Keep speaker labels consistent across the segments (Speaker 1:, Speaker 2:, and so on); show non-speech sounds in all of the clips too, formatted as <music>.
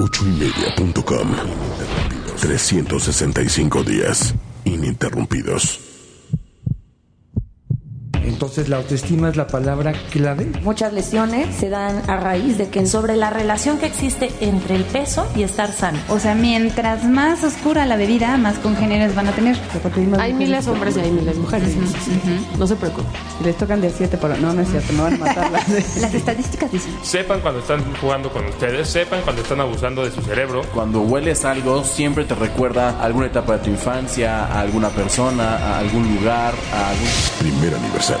Speaker 1: ochoymedia.com 365 días ininterrumpidos.
Speaker 2: Entonces la autoestima es la palabra clave.
Speaker 3: Muchas lesiones se dan a raíz de que sobre la relación que existe entre el peso y estar sano.
Speaker 4: O sea, mientras más oscura la bebida, más congéneres van a tener.
Speaker 5: Hay miles de hombres y hay miles de mujeres. No se preocupen.
Speaker 6: Les tocan de 7, pero no, no es cierto, no van a matarlas.
Speaker 4: Las estadísticas dicen.
Speaker 7: Sepan cuando están jugando con ustedes, sepan cuando están abusando de su cerebro.
Speaker 8: Cuando hueles algo, siempre te recuerda a alguna etapa de tu infancia, a alguna persona, a algún lugar, a algún.
Speaker 1: Primer aniversario.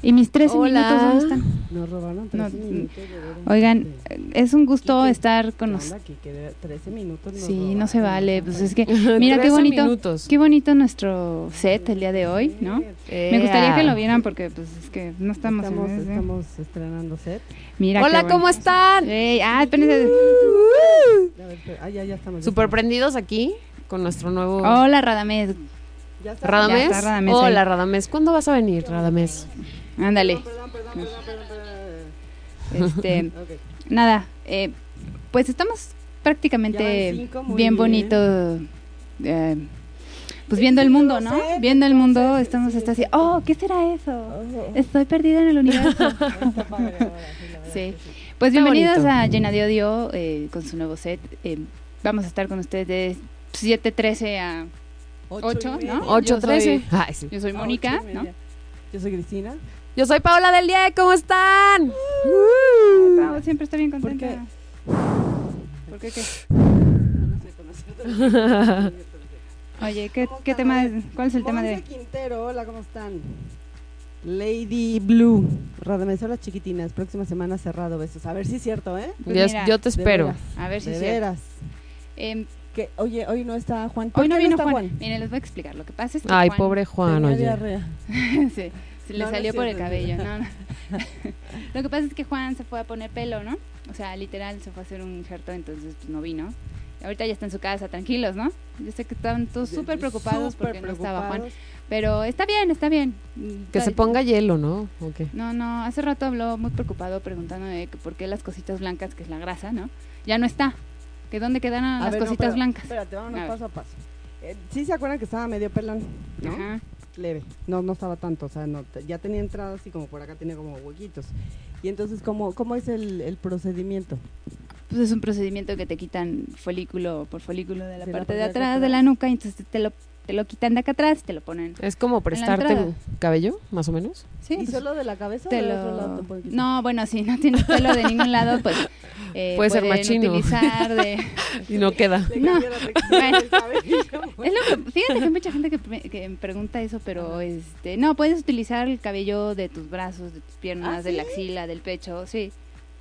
Speaker 4: ¿Y mis 13
Speaker 5: Hola.
Speaker 4: minutos dónde están?
Speaker 6: Nos robaron
Speaker 4: No,
Speaker 6: 13 minutos. de verdad.
Speaker 4: Oigan, es un gusto
Speaker 6: Quique,
Speaker 4: estar con
Speaker 6: anda,
Speaker 4: nosotros.
Speaker 6: Quique, de 13 minutos. nos
Speaker 4: Sí,
Speaker 6: robaron.
Speaker 4: no se vale.
Speaker 5: <laughs>
Speaker 4: Pues es que, mira qué
Speaker 5: 13
Speaker 4: bonito,
Speaker 5: minutos.
Speaker 4: qué bonito nuestro set el día de hoy, ¿no?
Speaker 5: Eh,
Speaker 4: Me gustaría
Speaker 5: ah.
Speaker 4: que lo vieran porque, pues, es que no estamos. en
Speaker 6: Estamos,
Speaker 4: ese-
Speaker 6: estamos estrenando set.
Speaker 4: Mira
Speaker 5: Hola, ¿cómo están? Uh.
Speaker 4: Ey, ah, espérense.
Speaker 6: A ver, espera, ah, ya, ya estamos. ya
Speaker 5: Super
Speaker 6: estamos.
Speaker 5: prendidos aquí con nuestro nuevo
Speaker 4: Hola, Radamés.
Speaker 6: Ya estamos.
Speaker 5: Radamés.
Speaker 4: Oh, Ya está Radamés ahí.
Speaker 5: Hola, Radamés. ¿Cuándo vas a venir, Radamés?
Speaker 4: Ándale.
Speaker 6: Perdón, perdón, perdón, perdón, perdón.
Speaker 4: Este,
Speaker 6: <laughs> Ok.
Speaker 4: nada, eh, pues estamos
Speaker 6: Ya
Speaker 4: prácticamente
Speaker 6: van cinco, muy
Speaker 4: bien
Speaker 6: bien.
Speaker 4: bonito. eh, pues viendo el mundo, ¿no?
Speaker 6: sé,
Speaker 4: Viendo el
Speaker 6: no
Speaker 4: mundo,
Speaker 6: sé,
Speaker 4: estamos
Speaker 6: sí,
Speaker 4: hasta
Speaker 6: sí,
Speaker 4: así. Oh, ¿qué será eso? Estoy perdida en el universo.
Speaker 6: <laughs> Está padre ahora, sí, la verdad
Speaker 4: Sí.
Speaker 6: que sí.
Speaker 5: Está
Speaker 4: Pues bienvenidos
Speaker 5: bonito.
Speaker 4: a Llena de Odio eh, con su nuevo set. Eh, vamos a estar con ustedes de 7.13 a... Ocho,
Speaker 6: y media.
Speaker 4: ¿no?
Speaker 5: 8,
Speaker 6: Ocho
Speaker 4: Yo soy-
Speaker 5: 13. Ay, sí.
Speaker 4: Yo soy
Speaker 6: Ah, y
Speaker 4: Mónica, ¿no?
Speaker 6: media. Yo soy Cristina.
Speaker 5: Yo soy Paola del Día. ¿Cómo están?
Speaker 4: Pau, siempre está bien
Speaker 6: ¿Por
Speaker 4: contenta. ¿Por qué qué? Oye, ¿qué,
Speaker 6: ¿Cómo
Speaker 4: qué
Speaker 6: estamos?
Speaker 4: tema es? ¿Cuál es el tema de
Speaker 6: Monse
Speaker 4: hoy?
Speaker 6: Quintero, hola, ¿cómo están? Lady Blue, Radamés, hola chiquitinas, próxima semana cerrado, besos. A ver si es cierto, ¿eh?
Speaker 4: Pues
Speaker 5: Dios,
Speaker 4: mira,
Speaker 5: yo te
Speaker 6: De
Speaker 5: espero.
Speaker 6: veras,
Speaker 4: A ver si
Speaker 6: de
Speaker 4: es cierto.
Speaker 6: veras.
Speaker 4: Em,
Speaker 6: Que, oye, hoy no está Juan. ¿Por
Speaker 4: hoy no
Speaker 6: qué
Speaker 4: vino
Speaker 6: está
Speaker 4: Juan. Miren, les voy a explicar. Lo que pasa es que
Speaker 5: Ay,
Speaker 4: Juan <laughs>
Speaker 5: pobre Juan,
Speaker 6: Tenía
Speaker 5: oye.
Speaker 6: diarrea.
Speaker 4: se, se le
Speaker 6: No, no es
Speaker 4: salió por el
Speaker 6: cierto,
Speaker 4: cabello.
Speaker 6: no. <laughs>
Speaker 4: No, no. Lo que pasa es que Juan se fue a poner pelo, ¿no? O sea, literal, se fue a hacer un injerto, entonces pues, no vino. Ahorita ya está en su casa, tranquilos, ¿no? Yo sé que estaban todos súper preocupados
Speaker 6: Súper
Speaker 4: porque no estaba Juan.
Speaker 6: preocupados.
Speaker 4: Pero está bien, está bien. Mm,
Speaker 5: Que se
Speaker 4: tal-
Speaker 5: ponga hielo, ¿no? ¿O qué?
Speaker 4: No, no, hace rato habló muy preocupado preguntándome que por qué las cositas blancas, que es la grasa, ¿no? Ya no está. ¿Que dónde quedaron
Speaker 6: A
Speaker 4: las
Speaker 6: ver, no,
Speaker 4: cositas
Speaker 6: pero-
Speaker 4: blancas?
Speaker 6: Espérate, vámonos
Speaker 4: A ver.
Speaker 6: paso a paso. Eh, sí se acuerdan que estaba medio pelón, ¿no?
Speaker 4: Ajá.
Speaker 6: leve. No, no estaba tanto, o sea, no, te- ya tenía entradas y como por acá tenía como huequitos. Y entonces, ¿cómo, cómo es el, el procedimiento?
Speaker 4: Pues es un procedimiento que te quitan folículo por folículo de la
Speaker 6: De
Speaker 4: parte
Speaker 6: la parte
Speaker 4: de
Speaker 6: de acá
Speaker 4: atrás de la
Speaker 6: atrás.
Speaker 4: nuca y entonces te lo, te lo quitan de acá atrás y te lo ponen.
Speaker 5: Es como prestarte
Speaker 4: entrada.
Speaker 5: un cabello, más o menos.
Speaker 4: Sí,
Speaker 6: ¿Y
Speaker 4: pues,
Speaker 6: solo de la cabeza
Speaker 4: te
Speaker 6: o del
Speaker 4: lo-
Speaker 6: otro lado te pueden quitar?
Speaker 4: No, bueno, si no tienes pelo de ningún lado, pues eh,
Speaker 5: Puede ser
Speaker 4: pueden
Speaker 5: machino.
Speaker 4: utilizar de...
Speaker 5: <laughs> Y no
Speaker 6: <laughs>
Speaker 5: queda.
Speaker 6: Le
Speaker 4: no.
Speaker 6: cambié la textura del
Speaker 4: <laughs>
Speaker 6: cabello.
Speaker 4: Es lo que- fíjate que hay mucha gente que, me- que me pregunta eso, pero este, no, puedes utilizar el cabello de tus brazos, de tus piernas,
Speaker 6: ¿Ah,
Speaker 4: de la
Speaker 6: sí?
Speaker 4: axila, del pecho, sí.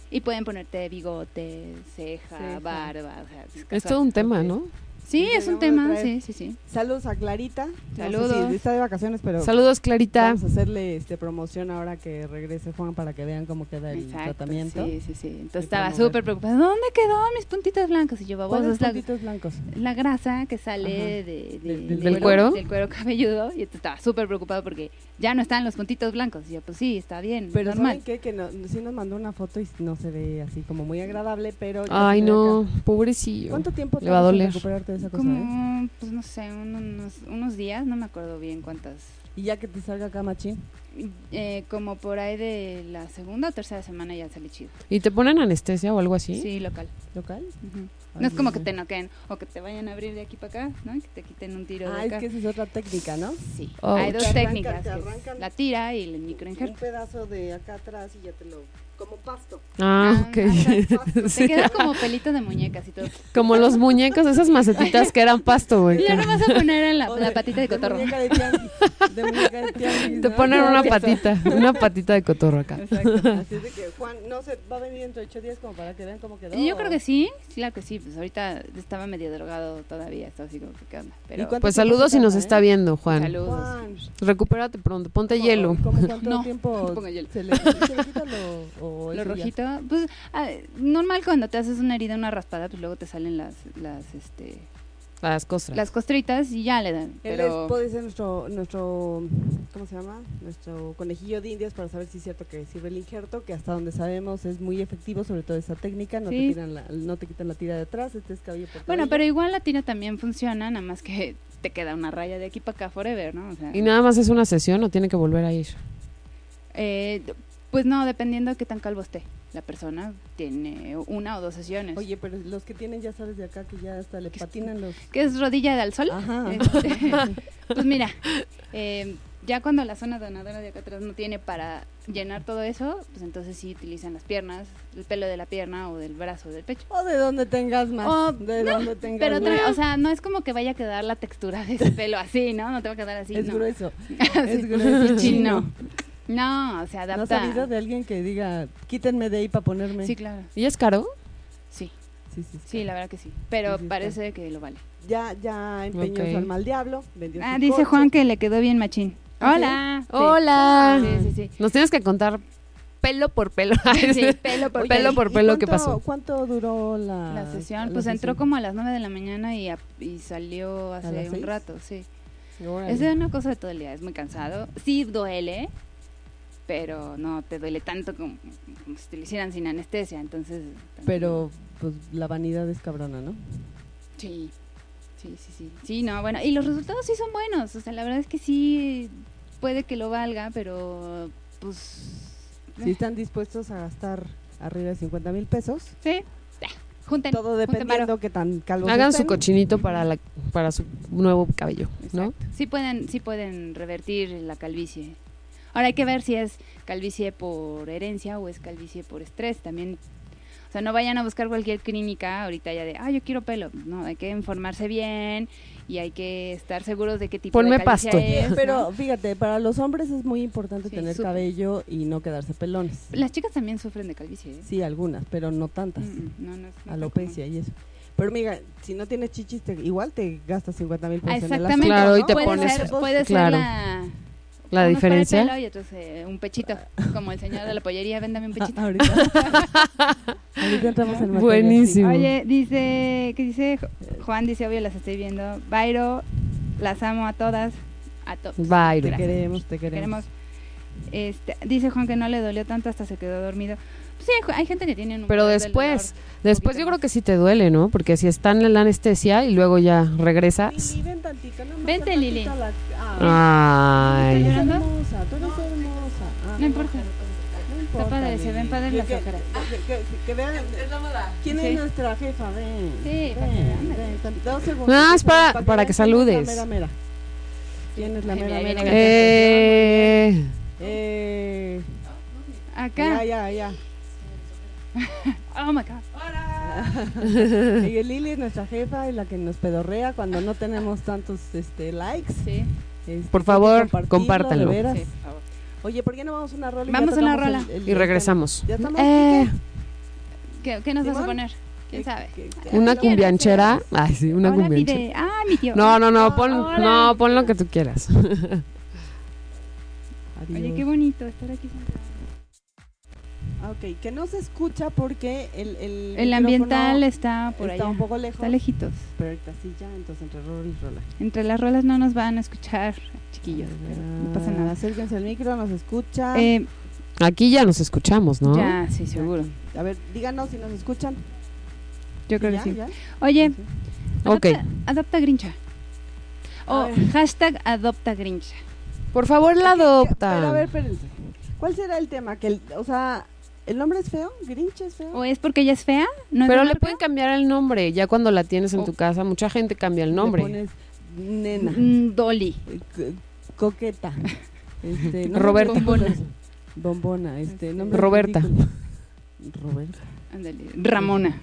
Speaker 4: Y pueden ponerte bigote, ceja,
Speaker 6: Ceja.
Speaker 4: barba. o sea, es
Speaker 5: Es
Speaker 4: casual.
Speaker 5: todo un tema, ¿no?
Speaker 4: Sí, es un
Speaker 6: Deberíamos de
Speaker 4: tema, sí,
Speaker 6: traer-
Speaker 4: sí, sí.
Speaker 6: Saludos a Clarita. No sé
Speaker 4: Saludos.
Speaker 6: si está de vacaciones, pero
Speaker 5: Saludos, Clarita.
Speaker 6: vamos a hacerle este, promoción ahora que regrese Juan para que vean cómo queda el
Speaker 4: Exacto,
Speaker 6: tratamiento.
Speaker 4: Sí, Pues sí, sí. Entonces
Speaker 6: Hay
Speaker 4: estaba
Speaker 6: promover.
Speaker 4: súper preocupada. ¿Dónde quedó mis puntitas blancas? Y yo, babosa,
Speaker 6: ¿Cuáles
Speaker 4: es la,
Speaker 6: puntitos blancos?
Speaker 4: la grasa que sale
Speaker 6: Ajá.
Speaker 4: de- de-
Speaker 6: Del-
Speaker 5: cuero.
Speaker 6: del
Speaker 5: cuero.
Speaker 4: Del cuero cabelludo. Y entonces estaba súper preocupada porque ya no están los puntitos blancos. Y yo, pues sí, está bien,
Speaker 6: Pero
Speaker 4: normal.
Speaker 6: ¿saben qué? Que no- sí nos mandó una foto y no se ve así como muy agradable, pero... ya
Speaker 5: Ay,
Speaker 6: se ve acá.
Speaker 5: no, pobrecillo.
Speaker 6: ¿Cuánto tiempo
Speaker 5: Le va a
Speaker 6: tardas en
Speaker 5: doler.
Speaker 6: recuperarte de esa cosa? eh?
Speaker 4: Como, pues no sé, un- unos, unos días, no me acuerdo bien cuántas.
Speaker 6: Y ya que te salga acá machín.
Speaker 4: Eh, como por ahí de la segunda o tercera semana ya salí chido.
Speaker 5: ¿Y te ponen anestesia o algo así?
Speaker 4: Sí, local.
Speaker 6: local.
Speaker 4: Ujú.
Speaker 6: Ay,
Speaker 4: No es como
Speaker 6: no
Speaker 4: que
Speaker 6: sé.
Speaker 4: te noqueen o que te vayan a abrir de aquí para acá, ¿no? Y que te quiten un tiro de
Speaker 6: Ah,
Speaker 4: acá.
Speaker 6: es que esa es otra técnica, ¿no?
Speaker 4: Sí,
Speaker 5: Oh.
Speaker 4: hay dos
Speaker 6: Te arrancan,
Speaker 4: técnicas,
Speaker 6: te
Speaker 4: que es
Speaker 6: arrancan.
Speaker 4: la tira y el
Speaker 6: <laughs>
Speaker 4: microinjerto.
Speaker 6: pedazo de acá atrás y ya te lo... Como pasto.
Speaker 5: Ah,
Speaker 4: Ah,
Speaker 9: <laughs>
Speaker 5: ok.
Speaker 4: Se
Speaker 5: Sí.
Speaker 4: queda como pelito de muñecas y
Speaker 6: <laughs>
Speaker 4: todo.
Speaker 5: Como los muñecos, esas macetitas que eran pasto, güey.
Speaker 4: Y ahora vas a poner en la,
Speaker 6: O
Speaker 4: la patita de cotorro.
Speaker 6: muñeca de tianguis. De muñeca de tianguis,
Speaker 9: Te
Speaker 6: ¿no?
Speaker 9: ponen una
Speaker 4: Eso.
Speaker 9: patita, una patita de cotorro acá.
Speaker 4: Exacto.
Speaker 6: Así es de que Juan, no sé, va a venir dentro de ocho días como para que vean cómo quedó.
Speaker 4: Y Yo creo que sí, claro que sí, pues ahorita estaba medio drogado todavía, estaba así como que qué onda. Pero
Speaker 6: cuánto
Speaker 9: Pues ah,
Speaker 6: tiempo
Speaker 9: saludos
Speaker 6: se
Speaker 9: si nos
Speaker 6: tarda,
Speaker 9: está
Speaker 6: eh?
Speaker 9: viendo, Juan.
Speaker 4: saludos.
Speaker 6: Juan,
Speaker 9: Recupérate pronto, ponte
Speaker 6: ¿cómo-
Speaker 9: hielo.
Speaker 6: cómo cuánto
Speaker 4: No,
Speaker 6: tiempo
Speaker 4: no pongo hielo.
Speaker 6: se le, se le quita lo, o
Speaker 4: Lo
Speaker 6: eso ya?
Speaker 4: rojito, pues ah, normal cuando te haces una herida, una raspada, pues luego te salen las las este
Speaker 9: Las cosas.
Speaker 4: las costritas y ya le dan.
Speaker 6: Él
Speaker 4: Pero
Speaker 6: es, puede ser nuestro, nuestro, ¿cómo se llama? Nuestro conejillo de indias para saber si es cierto que sirve el injerto, que hasta donde sabemos es muy efectivo, sobre todo esa técnica, no,
Speaker 4: Sí.
Speaker 6: te, tiran la, no te quitan la tira de atrás, este es cabello por
Speaker 4: bueno,
Speaker 6: cabello.
Speaker 4: pero igual la tira también funciona, nada más que te queda una raya de aquí para acá forever, ¿no? O sea,
Speaker 9: Y nada más es una sesión o tiene que volver a ir.
Speaker 4: eh, pues no, dependiendo de qué tan calvo esté la persona, tiene una o dos sesiones.
Speaker 6: Oye, pero los que tienen ya sabes de acá que ya hasta le
Speaker 4: Que-
Speaker 6: patinan los...
Speaker 4: ¿Qué es rodilla de al sol?
Speaker 6: Ajá. <laughs>
Speaker 4: Este, pues mira, eh, ya cuando la zona donadora de acá atrás no tiene para llenar todo eso, pues entonces sí utilizan las piernas, el pelo de la pierna o del brazo, del pecho.
Speaker 6: O de donde tengas más.
Speaker 4: O-
Speaker 6: de
Speaker 4: no,
Speaker 6: donde tengas
Speaker 4: Pero,
Speaker 6: Oh, más.
Speaker 4: tra- o sea, no es como que vaya a quedar la textura de ese pelo así, ¿no? No te va a quedar así,
Speaker 6: es
Speaker 4: no. <laughs>
Speaker 6: grueso.
Speaker 4: Así.
Speaker 6: es grueso <laughs> y
Speaker 4: Sí,
Speaker 6: chino.
Speaker 4: no. No, se
Speaker 6: ¿No has
Speaker 4: adapta.
Speaker 6: sabido de alguien que diga, quítenme de ahí para ponerme?
Speaker 4: Sí, claro.
Speaker 9: ¿Y es caro?
Speaker 4: Sí,
Speaker 6: sí, sí.
Speaker 4: sí, la verdad que sí. Pero
Speaker 6: Sí, sí está.
Speaker 4: parece que lo vale.
Speaker 6: Ya, ya empeñó
Speaker 9: Ok.
Speaker 6: su alma al diablo. vendió
Speaker 4: Ah,
Speaker 6: su
Speaker 4: dice
Speaker 6: coche.
Speaker 4: Juan que le quedó bien machín.
Speaker 6: ¿Ah,
Speaker 4: Hola. Sí.
Speaker 9: Hola.
Speaker 4: Sí, sí, sí.
Speaker 9: Nos tienes que contar pelo por
Speaker 6: <laughs>
Speaker 9: pelo. <laughs>
Speaker 4: Sí, pelo por
Speaker 9: Oye,
Speaker 4: pelo.
Speaker 9: pelo por
Speaker 6: ¿Y
Speaker 9: pelo, ¿qué
Speaker 6: cuánto-
Speaker 9: pasó?
Speaker 6: ¿Cuánto duró la,
Speaker 4: La sesión,
Speaker 6: Ah, la
Speaker 4: pues entró
Speaker 6: sesión?
Speaker 4: como a las 9 de la mañana y, a- y salió
Speaker 6: las
Speaker 4: hace un
Speaker 6: seis?
Speaker 4: rato, sí.
Speaker 6: Órale.
Speaker 4: Es de una cosa de todo el día, es muy cansado. Sí duele, pero no te duele tanto como, como si te lo hicieran sin anestesia, entonces... tranquilo.
Speaker 6: Pero pues la vanidad es cabrona, ¿no?
Speaker 4: Sí, sí, sí, sí. Sí, no, bueno, y los resultados sí son buenos, o sea, la verdad es que sí puede que lo valga, pero pues...
Speaker 6: Si están dispuestos a gastar arriba de 50 mil pesos,
Speaker 4: Sí, ya, junten,
Speaker 6: todo
Speaker 4: junten varo.
Speaker 6: dependiendo que tan calvos
Speaker 9: Hagan su
Speaker 6: estén.
Speaker 9: cochinito para, la, para su nuevo cabello, ¿no?
Speaker 4: Exacto. Sí pueden, sí pueden revertir la calvicie. Ahora hay que ver si es calvicie por herencia o es calvicie por estrés. También, o sea, no vayan a buscar cualquier clínica ahorita ya de, ah, yo quiero pelo. No, hay que informarse bien y hay que estar seguros de qué tipo
Speaker 9: Ponme
Speaker 4: de calvicie
Speaker 9: pasto.
Speaker 4: es,
Speaker 6: Oye,
Speaker 4: ¿no?
Speaker 6: Eh, pero fíjate, para los hombres es muy importante
Speaker 4: Sí,
Speaker 6: tener
Speaker 4: súper.
Speaker 6: cabello y no quedarse pelones.
Speaker 4: Las chicas también sufren de calvicie. ¿eh?
Speaker 6: Sí, algunas, pero no tantas.
Speaker 4: Mm, mm, no, no es- no es tan
Speaker 6: Alopecia y eso. Pero mira, si no tienes chichis, te- igual te gastas 50 mil
Speaker 4: común. Ah,
Speaker 6: pesos. pues, en el
Speaker 4: exactamente.
Speaker 6: asunto,
Speaker 9: Claro, y
Speaker 6: ¿no?
Speaker 9: te
Speaker 4: puede
Speaker 9: pones-
Speaker 4: ser, puede ser
Speaker 9: claro.
Speaker 4: la, unos
Speaker 9: La
Speaker 4: para el
Speaker 9: diferencia.
Speaker 4: pelo y otros, eh, un pechito, como el señor de la pollería, véndame un
Speaker 6: Ah, <laughs>
Speaker 4: pechito.
Speaker 6: ahorita. ahorita entramos en materia, sí.
Speaker 9: Buenísimo.
Speaker 4: Oye, dice, ¿qué dice? Ju- Juan dice, obvio las estoy viendo. Bairo, las amo a todas. A todos.
Speaker 9: Byron.
Speaker 6: Te
Speaker 4: Gracias.
Speaker 6: queremos, te
Speaker 4: Queremos.
Speaker 6: queremos.
Speaker 4: Este, dice Juan que no le dolió tanto hasta se quedó dormido. Pues sí, hay, ju- hay gente que tiene un
Speaker 9: <laughs> Pero
Speaker 4: umbral del
Speaker 9: después,
Speaker 4: dolor.
Speaker 9: después
Speaker 4: poquito
Speaker 9: yo creo
Speaker 4: más.
Speaker 9: que sí te duele, ¿no? Porque si está en la anestesia y luego ya regresas.
Speaker 6: Lili, ven tantito, nada más
Speaker 4: Vente,
Speaker 6: tantito
Speaker 4: Lili.
Speaker 6: a la- Ah, tú eres
Speaker 9: Ay.
Speaker 4: llorando?
Speaker 6: hermosa, tú eres hermosa. Ah,
Speaker 4: No importa.
Speaker 6: no importa,
Speaker 4: Está padre, se
Speaker 6: Lili.
Speaker 4: ven padres
Speaker 6: Que-
Speaker 4: las
Speaker 6: que-
Speaker 4: ojeras.
Speaker 6: Que, que- que vean quién
Speaker 4: Sí.
Speaker 6: es nuestra jefa, ven.
Speaker 4: Sí, para que
Speaker 6: ven,
Speaker 4: vean.
Speaker 6: ven, tan- dos segundos.
Speaker 9: No, es para-
Speaker 6: vean
Speaker 9: para que
Speaker 6: quién es la
Speaker 9: saludes.
Speaker 6: mera, mera. ¿Quién es la
Speaker 4: Ay,
Speaker 6: mera,
Speaker 4: mira,
Speaker 6: mera?
Speaker 4: viene
Speaker 9: Eh,
Speaker 6: Eh,
Speaker 4: Acá.
Speaker 6: ya, ya, ya.
Speaker 4: Oh my God.
Speaker 6: Y Lili es nuestra jefa y la que nos pedorrea cuando no tenemos tantos este, likes.
Speaker 4: Sí,
Speaker 6: Este,
Speaker 9: Por
Speaker 6: hay que
Speaker 9: favor,
Speaker 6: compartirlo,
Speaker 9: compártanlo.
Speaker 6: de veras.
Speaker 4: sí, por favor.
Speaker 6: Oye, ¿por qué no vamos a una rola? y ya
Speaker 4: Vamos a una
Speaker 6: tocamos
Speaker 4: rola.
Speaker 6: el- el-
Speaker 9: y regresamos.
Speaker 6: ¿Ya estamos?
Speaker 9: Eh,
Speaker 4: ¿Qué, qué nos vas a
Speaker 6: Simón.
Speaker 4: poner? ¿Quién
Speaker 6: ¿Qué-
Speaker 4: sabe?
Speaker 6: qué- qué-
Speaker 9: una
Speaker 6: qué-
Speaker 9: cumbianchera. Ay, sí, una
Speaker 4: Hola,
Speaker 9: cumbianchera.
Speaker 4: Pide. Ah, mi tío.
Speaker 9: No, no, no, pon,
Speaker 4: Hola.
Speaker 9: no, pon lo que tú quieras.
Speaker 6: Adiós.
Speaker 4: Oye, qué bonito estar aquí. sentada.
Speaker 6: Ah, Ok, que no se escucha porque el. El,
Speaker 4: El
Speaker 6: micrófono
Speaker 4: ambiental está por
Speaker 6: está
Speaker 4: allá.
Speaker 6: un poco lejos.
Speaker 4: Está lejitos.
Speaker 6: Pero ahorita sí, ya, entonces entre rola y rola.
Speaker 4: Entre las rolas no nos van a escuchar, chiquillos, pero no pasa
Speaker 6: Ah,
Speaker 4: nada.
Speaker 6: Acérquense al micro, nos escucha.
Speaker 4: Eh,
Speaker 9: Aquí ya nos escuchamos, ¿no?
Speaker 4: Ya, sí, seguro.
Speaker 6: A ver, díganos si nos escuchan.
Speaker 4: Yo creo
Speaker 6: ¿Ya?
Speaker 4: que sí.
Speaker 6: ¿Ya?
Speaker 4: Oye,
Speaker 9: Ok.
Speaker 4: adopta, adopta Grincha.
Speaker 6: A
Speaker 4: O
Speaker 6: ver.
Speaker 4: hashtag adopta Grincha.
Speaker 9: Por favor, la
Speaker 6: Pero a ver,
Speaker 9: adopta.
Speaker 6: espérense. ¿Cuál será el tema? Que el, o sea, ¿el nombre es feo? ¿Grinch es feo?
Speaker 4: ¿O es porque ella es fea? ¿No es
Speaker 9: Pero
Speaker 4: de
Speaker 9: le
Speaker 4: marca?
Speaker 9: pueden cambiar el nombre. Ya cuando la tienes en
Speaker 4: Oh.
Speaker 9: tu casa, mucha gente cambia el
Speaker 6: Le
Speaker 9: nombre.
Speaker 6: pones nena,
Speaker 4: Mm, Dolly.
Speaker 6: eh, co- coqueta. Este, no,
Speaker 9: Roberta.
Speaker 6: Bombona. Bombona, este, nombre
Speaker 9: Roberta.
Speaker 6: ridículo. Roberta.
Speaker 4: Ándale, Ramona.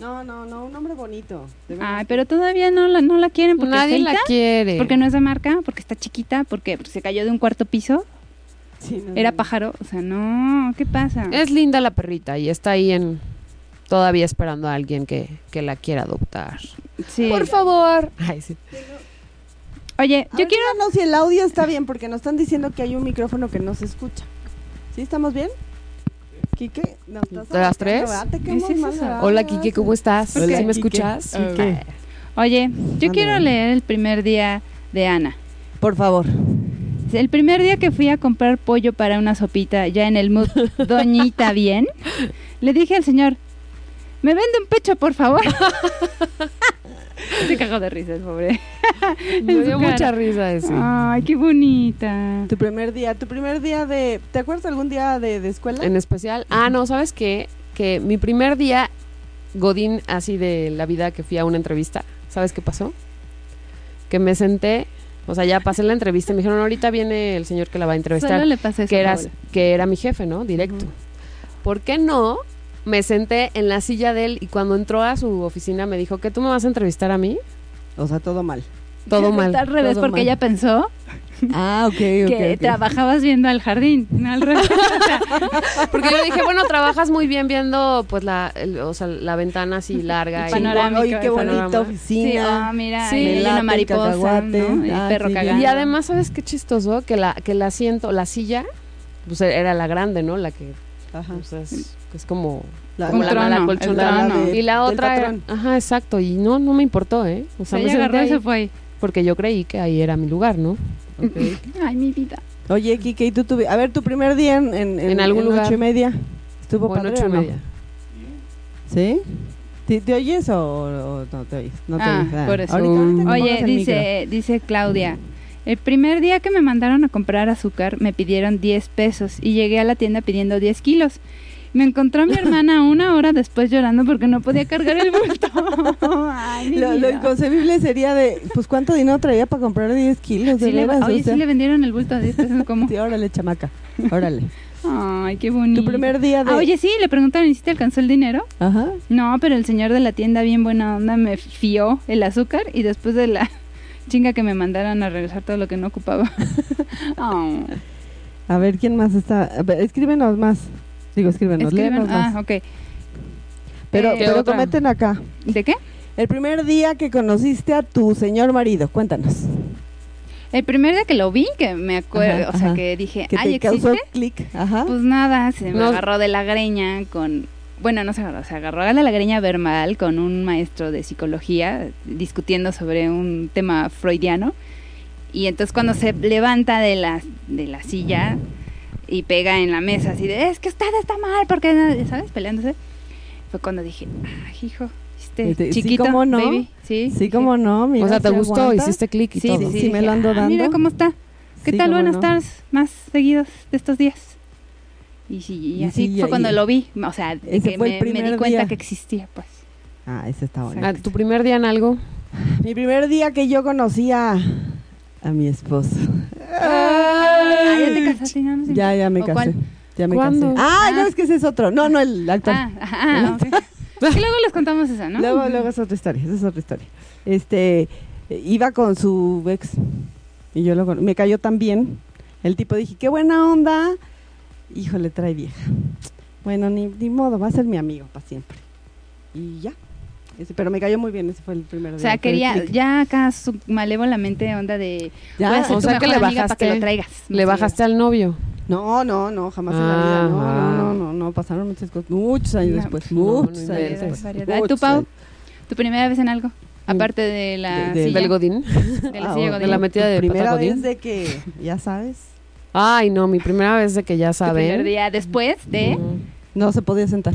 Speaker 6: No, no, no, un hombre bonito. de veras.
Speaker 4: Ay, pero todavía no la, no la quieren porque
Speaker 9: Nadie
Speaker 4: es feita,
Speaker 9: la quiere.
Speaker 4: porque no es de marca, porque está chiquita, porque, porque se cayó de un cuarto piso,
Speaker 9: Ah,
Speaker 6: Sí, no,
Speaker 4: era
Speaker 6: no.
Speaker 4: pájaro, o sea, no, ¿qué pasa?
Speaker 9: Es linda la perrita y está ahí en todavía esperando a alguien que, que la quiera adoptar.
Speaker 4: Sí.
Speaker 9: Por favor. Ay, sí.
Speaker 4: Oye,
Speaker 6: A
Speaker 4: yo
Speaker 6: ver,
Speaker 4: quiero...
Speaker 6: díganos si el audio está bien, porque nos están diciendo que hay un micrófono que no se escucha. ¿Sí estamos bien? Quique, no, estás
Speaker 9: ¿De las
Speaker 6: arrancando,
Speaker 9: tres?
Speaker 6: ¿verdad? Te
Speaker 4: ¿Qué es
Speaker 6: queremos
Speaker 4: eso?
Speaker 6: más, ¿verdad?
Speaker 9: Hola, Kike, ¿cómo estás?
Speaker 4: ¿Por qué?
Speaker 9: ¿Sí me
Speaker 6: Quique.
Speaker 9: escuchas?
Speaker 6: Ah.
Speaker 9: Quique.
Speaker 4: Oye, yo
Speaker 6: Ándale.
Speaker 4: quiero leer el primer día de Ana.
Speaker 6: Por favor.
Speaker 4: El primer día que fui a comprar pollo para una sopita, ya en el
Speaker 6: <laughs>
Speaker 4: mood Doñita Bien, le dije al señor, ¿me vende un pecho, por
Speaker 6: <laughs>
Speaker 4: favor? Se cagó de risa el pobre.
Speaker 9: Me
Speaker 4: En su
Speaker 9: <laughs> dio
Speaker 4: cara.
Speaker 9: mucha risa eso.
Speaker 4: Ay, qué bonita.
Speaker 6: Tu primer día, tu primer día de... ¿Te acuerdas algún día de, de escuela?
Speaker 9: En especial. Ah, no, ¿sabes qué? Que mi primer día, Godín, así de la vida que fui a una entrevista, ¿sabes qué pasó? Que me senté, o sea, ya pasé la entrevista y me dijeron, ahorita viene el señor que la va a
Speaker 4: Solo
Speaker 9: entrevistar,
Speaker 4: le pasé eso.
Speaker 9: que,
Speaker 4: a
Speaker 9: era,
Speaker 4: Paola.
Speaker 9: que era mi jefe, ¿no? Directo. ¿Por qué no? Me senté en la silla de él y cuando entró a su oficina me dijo que tú me vas a entrevistar a mí.
Speaker 6: O sea, todo mal.
Speaker 9: Todo mal.
Speaker 4: Está al revés,
Speaker 6: todo
Speaker 4: porque
Speaker 6: mal.
Speaker 4: ella pensó
Speaker 6: <laughs> Ah, ok, ok.
Speaker 4: que trabajabas viendo al jardín. No, al
Speaker 6: <laughs>
Speaker 4: revés. O sea,
Speaker 9: Porque yo dije, bueno, trabajas muy bien viendo pues la, el- o sea, la ventana así larga.
Speaker 4: El panorámica,
Speaker 6: Oye, qué
Speaker 4: el
Speaker 9: panorama.
Speaker 6: bonita
Speaker 4: sí,
Speaker 6: oficina.
Speaker 4: ah, mira,
Speaker 9: Sí.
Speaker 4: ahí hay
Speaker 9: Me
Speaker 4: una
Speaker 6: late el
Speaker 4: mariposa,
Speaker 6: cacahuate.
Speaker 4: ¿no? Y el
Speaker 6: Ah,
Speaker 4: perro
Speaker 6: sí, bien.
Speaker 4: cagando.
Speaker 9: Y además, ¿sabes qué chistoso? Que la, que el asiento, la silla, pues era la grande, ¿no? La que
Speaker 6: Ajá.
Speaker 9: pues, es, que es como,
Speaker 6: ah, La-
Speaker 9: como
Speaker 4: Un
Speaker 9: la,
Speaker 4: trono,
Speaker 9: la
Speaker 4: el
Speaker 9: colchonada.
Speaker 4: trono.
Speaker 9: y la
Speaker 6: Del
Speaker 9: otra
Speaker 4: <laughs>
Speaker 9: era,
Speaker 6: patrón.
Speaker 9: ajá, exacto. Y no, no me importó, ¿eh? O
Speaker 4: O
Speaker 9: sea,
Speaker 4: sea,
Speaker 9: me
Speaker 4: ella agarró
Speaker 9: senté
Speaker 4: y se
Speaker 9: ahí
Speaker 4: fue.
Speaker 9: porque yo creí que ahí era mi lugar, ¿no?
Speaker 6: Ok.
Speaker 4: Ay, mi vida.
Speaker 6: Oye, Kike, ¿y tú tuvi- A ver, tu primer día en... En,
Speaker 9: En algún lugar.
Speaker 6: ocho y media. ¿Estuvo
Speaker 9: Bueno,
Speaker 6: padre
Speaker 9: ocho
Speaker 6: o
Speaker 9: y
Speaker 6: no?
Speaker 9: media.
Speaker 6: ¿Sí? ¿Te, te oyes o, o no te oyes? No te
Speaker 4: Ah,
Speaker 6: oyes.
Speaker 4: por eso.
Speaker 6: Ahorita, ahorita te pongas
Speaker 4: Oye,
Speaker 6: el micro.
Speaker 4: dice, dice Claudia. El primer día que me mandaron a comprar azúcar me pidieron 10 pesos y llegué a la tienda pidiendo 10 kilos. Me encontró mi hermana una hora después llorando porque no podía cargar el bulto. Ay, mi
Speaker 6: Lo, lo
Speaker 4: vida.
Speaker 6: inconcebible sería de, pues, ¿cuánto dinero traía para comprar 10 kilos de
Speaker 4: Sí le-
Speaker 6: veras? O
Speaker 4: oye,
Speaker 6: sea,
Speaker 4: sí le vendieron el bulto a 10 pesos como.
Speaker 6: sí,
Speaker 4: <laughs>
Speaker 6: órale, chamaca, órale.
Speaker 4: Ay, qué bonito.
Speaker 6: tu primer día de...
Speaker 4: Ah, oye, sí, le preguntaron, ¿y si te alcanzó el dinero?
Speaker 6: Ajá.
Speaker 4: No, pero el señor de la tienda, bien buena onda, me fió el azúcar y después de la <laughs> chinga que me mandaron a regresar todo lo que no ocupaba.
Speaker 6: <laughs>
Speaker 4: Oh.
Speaker 6: A ver, ¿quién más está? A ver, escríbenos más. Digo, escríbenos,
Speaker 4: Escriban-
Speaker 6: léenos más.
Speaker 4: ah, ok.
Speaker 6: Pero,
Speaker 4: eh,
Speaker 6: pero
Speaker 9: otra?
Speaker 6: cometen acá.
Speaker 4: ¿De qué?
Speaker 6: El primer día que conociste a tu señor marido, cuéntanos.
Speaker 4: El primer día que lo vi, que me acuerdo,
Speaker 6: Ajá,
Speaker 4: o sea,
Speaker 6: ajá.
Speaker 4: que dije,
Speaker 6: Que
Speaker 4: Eh, ay,
Speaker 6: te causó
Speaker 4: ¿existe?
Speaker 6: clic. Ajá.
Speaker 4: Pues nada, se me
Speaker 9: No.
Speaker 4: agarró de la greña con... Bueno, no se agarró, se agarró de la greña verbal con un maestro de psicología discutiendo sobre un tema freudiano. Y entonces cuando se levanta de la, de la silla y pega en la mesa así de, es que usted está mal, porque, no-", ¿sabes? Peleándose. Fue cuando dije, ay, hijo, este
Speaker 6: Este, sí,
Speaker 4: chiquito,
Speaker 6: cómo no.
Speaker 4: baby". Sí,
Speaker 6: sí,
Speaker 4: dije,
Speaker 6: como no, mira.
Speaker 9: o sea, te
Speaker 6: si
Speaker 9: gustó,
Speaker 6: aguanta.
Speaker 9: hiciste clic y
Speaker 4: Sí,
Speaker 9: todo.
Speaker 4: sí, sí,
Speaker 6: Sí, me
Speaker 4: dije,
Speaker 6: lo ando
Speaker 4: "Ah, Mira
Speaker 6: dando".
Speaker 4: cómo está. ¿Qué
Speaker 6: Sí,
Speaker 4: tal?
Speaker 6: cómo
Speaker 4: Buenas
Speaker 6: no.
Speaker 4: tardes, más seguidos de estos días. Y, sí, y
Speaker 6: Y
Speaker 4: así
Speaker 6: sí,
Speaker 4: fue
Speaker 6: y-
Speaker 4: cuando lo vi, o sea, de
Speaker 6: Ese
Speaker 4: que
Speaker 6: fue el
Speaker 4: me, me
Speaker 6: primer
Speaker 4: di cuenta
Speaker 6: día.
Speaker 4: que existía, pues.
Speaker 6: Ah, ese está bonito.
Speaker 9: Ah, tu primer día en algo.
Speaker 6: Mi primer día que yo conocí a, a mi esposo.
Speaker 4: Ah, ya te casaste, no, no sé. Ah,
Speaker 6: Ya, ya me
Speaker 4: ¿O
Speaker 6: casé.
Speaker 4: cuál?
Speaker 6: Ya me
Speaker 9: ¿Cuándo?
Speaker 6: casé. Ah,
Speaker 4: Ah.
Speaker 6: no, es que ese es otro. No, no, el actor.
Speaker 4: Ah, ah,
Speaker 6: <laughs>
Speaker 4: ok. Y luego les contamos esa, ¿no?
Speaker 6: Luego, luego es otra historia, esa es otra historia. Este, eh, iba con su ex y yo lo con- me cayó tan bien. El tipo dije, qué buena onda. Híjole, trae vieja. Bueno, ni, ni modo, va a ser mi amigo para siempre. Y ya. Ese- pero me cayó muy bien, ese fue el primer
Speaker 4: O
Speaker 6: día.
Speaker 4: sea,
Speaker 6: fue el
Speaker 4: quería,
Speaker 6: click.
Speaker 4: ya acá su malévolamente onda de,
Speaker 6: Ya,
Speaker 4: voy a ser
Speaker 9: o
Speaker 4: tu
Speaker 9: sea, que
Speaker 4: mejor
Speaker 9: le
Speaker 4: amiga para que
Speaker 9: bajaste-
Speaker 4: lo traigas.
Speaker 9: Le bajaste al novio.
Speaker 6: No, no, no, jamás en la vida. No,
Speaker 9: Ajá.
Speaker 6: no, no, no, no, pasaron muchas cosas. Muchos
Speaker 4: No,
Speaker 6: años después.
Speaker 9: no, no
Speaker 6: Muchos años
Speaker 9: inventes.
Speaker 6: después.
Speaker 4: Variedad.
Speaker 6: muchos
Speaker 4: ¿Tú, Pau?
Speaker 6: años.
Speaker 4: ¿Tu primera vez en algo? Aparte de la
Speaker 6: Mm. De- de-
Speaker 4: silla,
Speaker 9: Del Godín.
Speaker 4: de la silla
Speaker 6: Ah, o-
Speaker 9: De
Speaker 4: Godín.
Speaker 9: la metida de
Speaker 6: Primera
Speaker 9: pata Godín.
Speaker 6: vez de que, ya sabes,
Speaker 9: Ay, no, mi primera vez de que ya
Speaker 4: Tu primer
Speaker 9: saben.
Speaker 4: día después de... <laughs>
Speaker 6: no se podía sentar.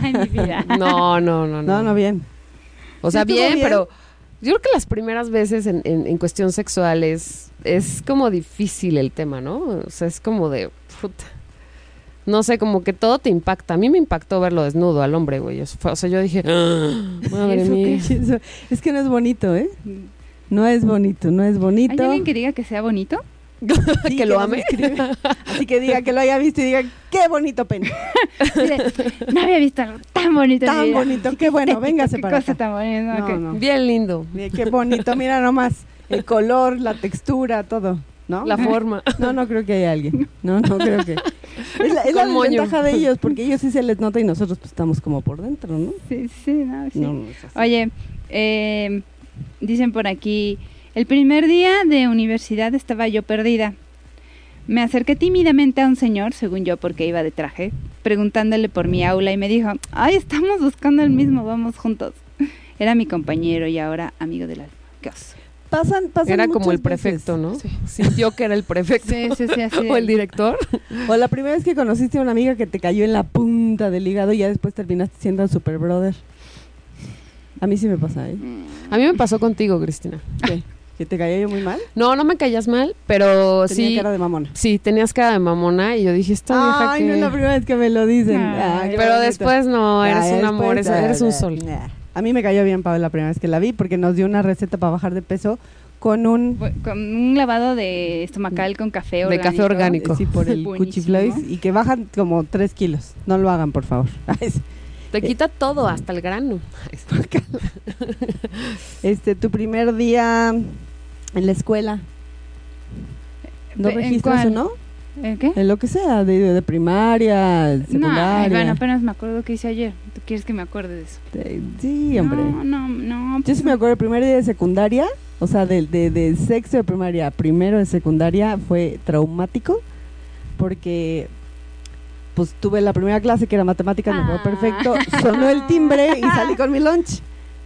Speaker 4: Ay, mi vida.
Speaker 9: No, no, no, no.
Speaker 6: <laughs> No,
Speaker 9: <laughs>
Speaker 6: no, bien.
Speaker 9: O sea,
Speaker 6: Sí, estuvo
Speaker 9: bien,
Speaker 6: bien.
Speaker 9: pero yo creo que las primeras veces en, en- en cuestión sexual es, es como difícil el tema, ¿no? O sea, es como de... puta. No sé, como que todo te impacta. A mí me impactó verlo desnudo al hombre, güey. Eso fue- o sea, yo dije... <gasps> "Ah, Madre
Speaker 4: ¿Eso
Speaker 9: mía.
Speaker 6: <laughs> Eso- Es que no es bonito, ¿eh? No es bonito, no es
Speaker 4: ¿Hay
Speaker 6: bonito.
Speaker 4: alguien que diga que sea bonito?
Speaker 6: <laughs>
Speaker 9: <laughs>
Speaker 6: Sí,
Speaker 9: que lo
Speaker 6: nos
Speaker 9: ame.
Speaker 6: escribe.
Speaker 9: <laughs>
Speaker 6: Así que diga que lo haya visto y diga, qué bonito pene.
Speaker 4: Así de, no había visto algo tan bonito. en mi
Speaker 6: Tan
Speaker 4: vida.
Speaker 6: bonito,
Speaker 4: <laughs>
Speaker 9: <laughs>
Speaker 6: qué bueno, véngase
Speaker 4: Qué
Speaker 6: para
Speaker 4: cosa
Speaker 6: acá.
Speaker 4: tan bonita.
Speaker 6: No,
Speaker 4: que-
Speaker 6: no.
Speaker 9: Bien lindo.
Speaker 6: Mira, Qué bonito, mira nomás. El color, la textura, todo, ¿no?
Speaker 9: La forma.
Speaker 6: No, no creo que haya alguien. No, no creo
Speaker 9: <laughs>
Speaker 6: que. Es la, es la
Speaker 9: Con moño.
Speaker 6: desventaja de ellos, porque ellos sí se les nota y nosotros pues, estamos como por dentro, ¿no?
Speaker 4: Sí, sí, no, sí.
Speaker 6: No, no es así.
Speaker 4: Oye, eh, dicen por aquí, el primer día de universidad estaba yo perdida. Me acerqué tímidamente a un señor, según yo porque iba de traje, preguntándole por mi aula y me dijo, ay, estamos buscando el mismo, vamos juntos. Era mi compañero y ahora amigo del alma. Qué oso.
Speaker 6: Pasan, pasan
Speaker 9: Era como
Speaker 6: muchas
Speaker 9: el prefecto,
Speaker 6: veces.
Speaker 9: ¿no? <laughs> Sintió que era el prefecto.
Speaker 4: Sí, sí, sí,
Speaker 6: <laughs>
Speaker 4: así
Speaker 9: <laughs> o
Speaker 4: de-
Speaker 9: el director.
Speaker 6: O la primera vez que conociste a una amiga que te cayó en la punta del hígado y ya después terminaste siendo el super brother. A mí sí me pasa, ¿eh?
Speaker 9: A mí me pasó contigo, Cristina.
Speaker 6: ¿Qué? ¿Que te cayó yo muy mal?
Speaker 9: No, no me callas mal, pero
Speaker 6: Tenía
Speaker 9: Pues sí.
Speaker 6: cara de mamona.
Speaker 9: Sí, tenías cara de mamona y yo dije, esta vieja
Speaker 6: Ay,
Speaker 9: que...
Speaker 6: no es la primera vez que me lo dicen.
Speaker 4: Ay,
Speaker 6: Ah, qué
Speaker 9: Pero
Speaker 6: bonito.
Speaker 9: después no,
Speaker 6: Ya,
Speaker 9: eres
Speaker 6: ya
Speaker 9: un amor,
Speaker 6: después,
Speaker 9: eres,
Speaker 6: ah,
Speaker 9: eres un
Speaker 6: nah,
Speaker 9: sol.
Speaker 6: nah. A mí me cayó bien Pau la primera vez que la vi porque nos dio una receta para bajar de peso con un
Speaker 4: Fue Con un lavado de estomacal con café
Speaker 9: De
Speaker 4: orgánico.
Speaker 9: café orgánico.
Speaker 6: sí,
Speaker 4: <laughs>
Speaker 6: por el
Speaker 4: Buenísimo.
Speaker 6: cuchiflois y que bajan como 3 kilos. No lo hagan, por favor. <laughs>
Speaker 9: Te quita todo, hasta el grano.
Speaker 6: Este, tu primer día en la escuela. ¿No
Speaker 4: ¿En
Speaker 6: registras o
Speaker 4: cuál?
Speaker 6: no?
Speaker 4: ¿Eh, ¿Qué?
Speaker 6: En lo que sea, de, de primaria,
Speaker 4: No, ay,
Speaker 6: secundaria.
Speaker 4: bueno, apenas me acuerdo que hice ayer. ¿Tú quieres que me acuerde de eso?
Speaker 6: Eh, Sí, hombre.
Speaker 4: No, no, no.
Speaker 6: Yo sí me acuerdo, el primer día de secundaria, o sea, del de, de sexto de primaria, a primero de secundaria, fue traumático porque pues tuve la primera clase que era matemáticas, me acuerdo
Speaker 4: Ah.
Speaker 6: perfecto, sonó el timbre y salí con mi lunch.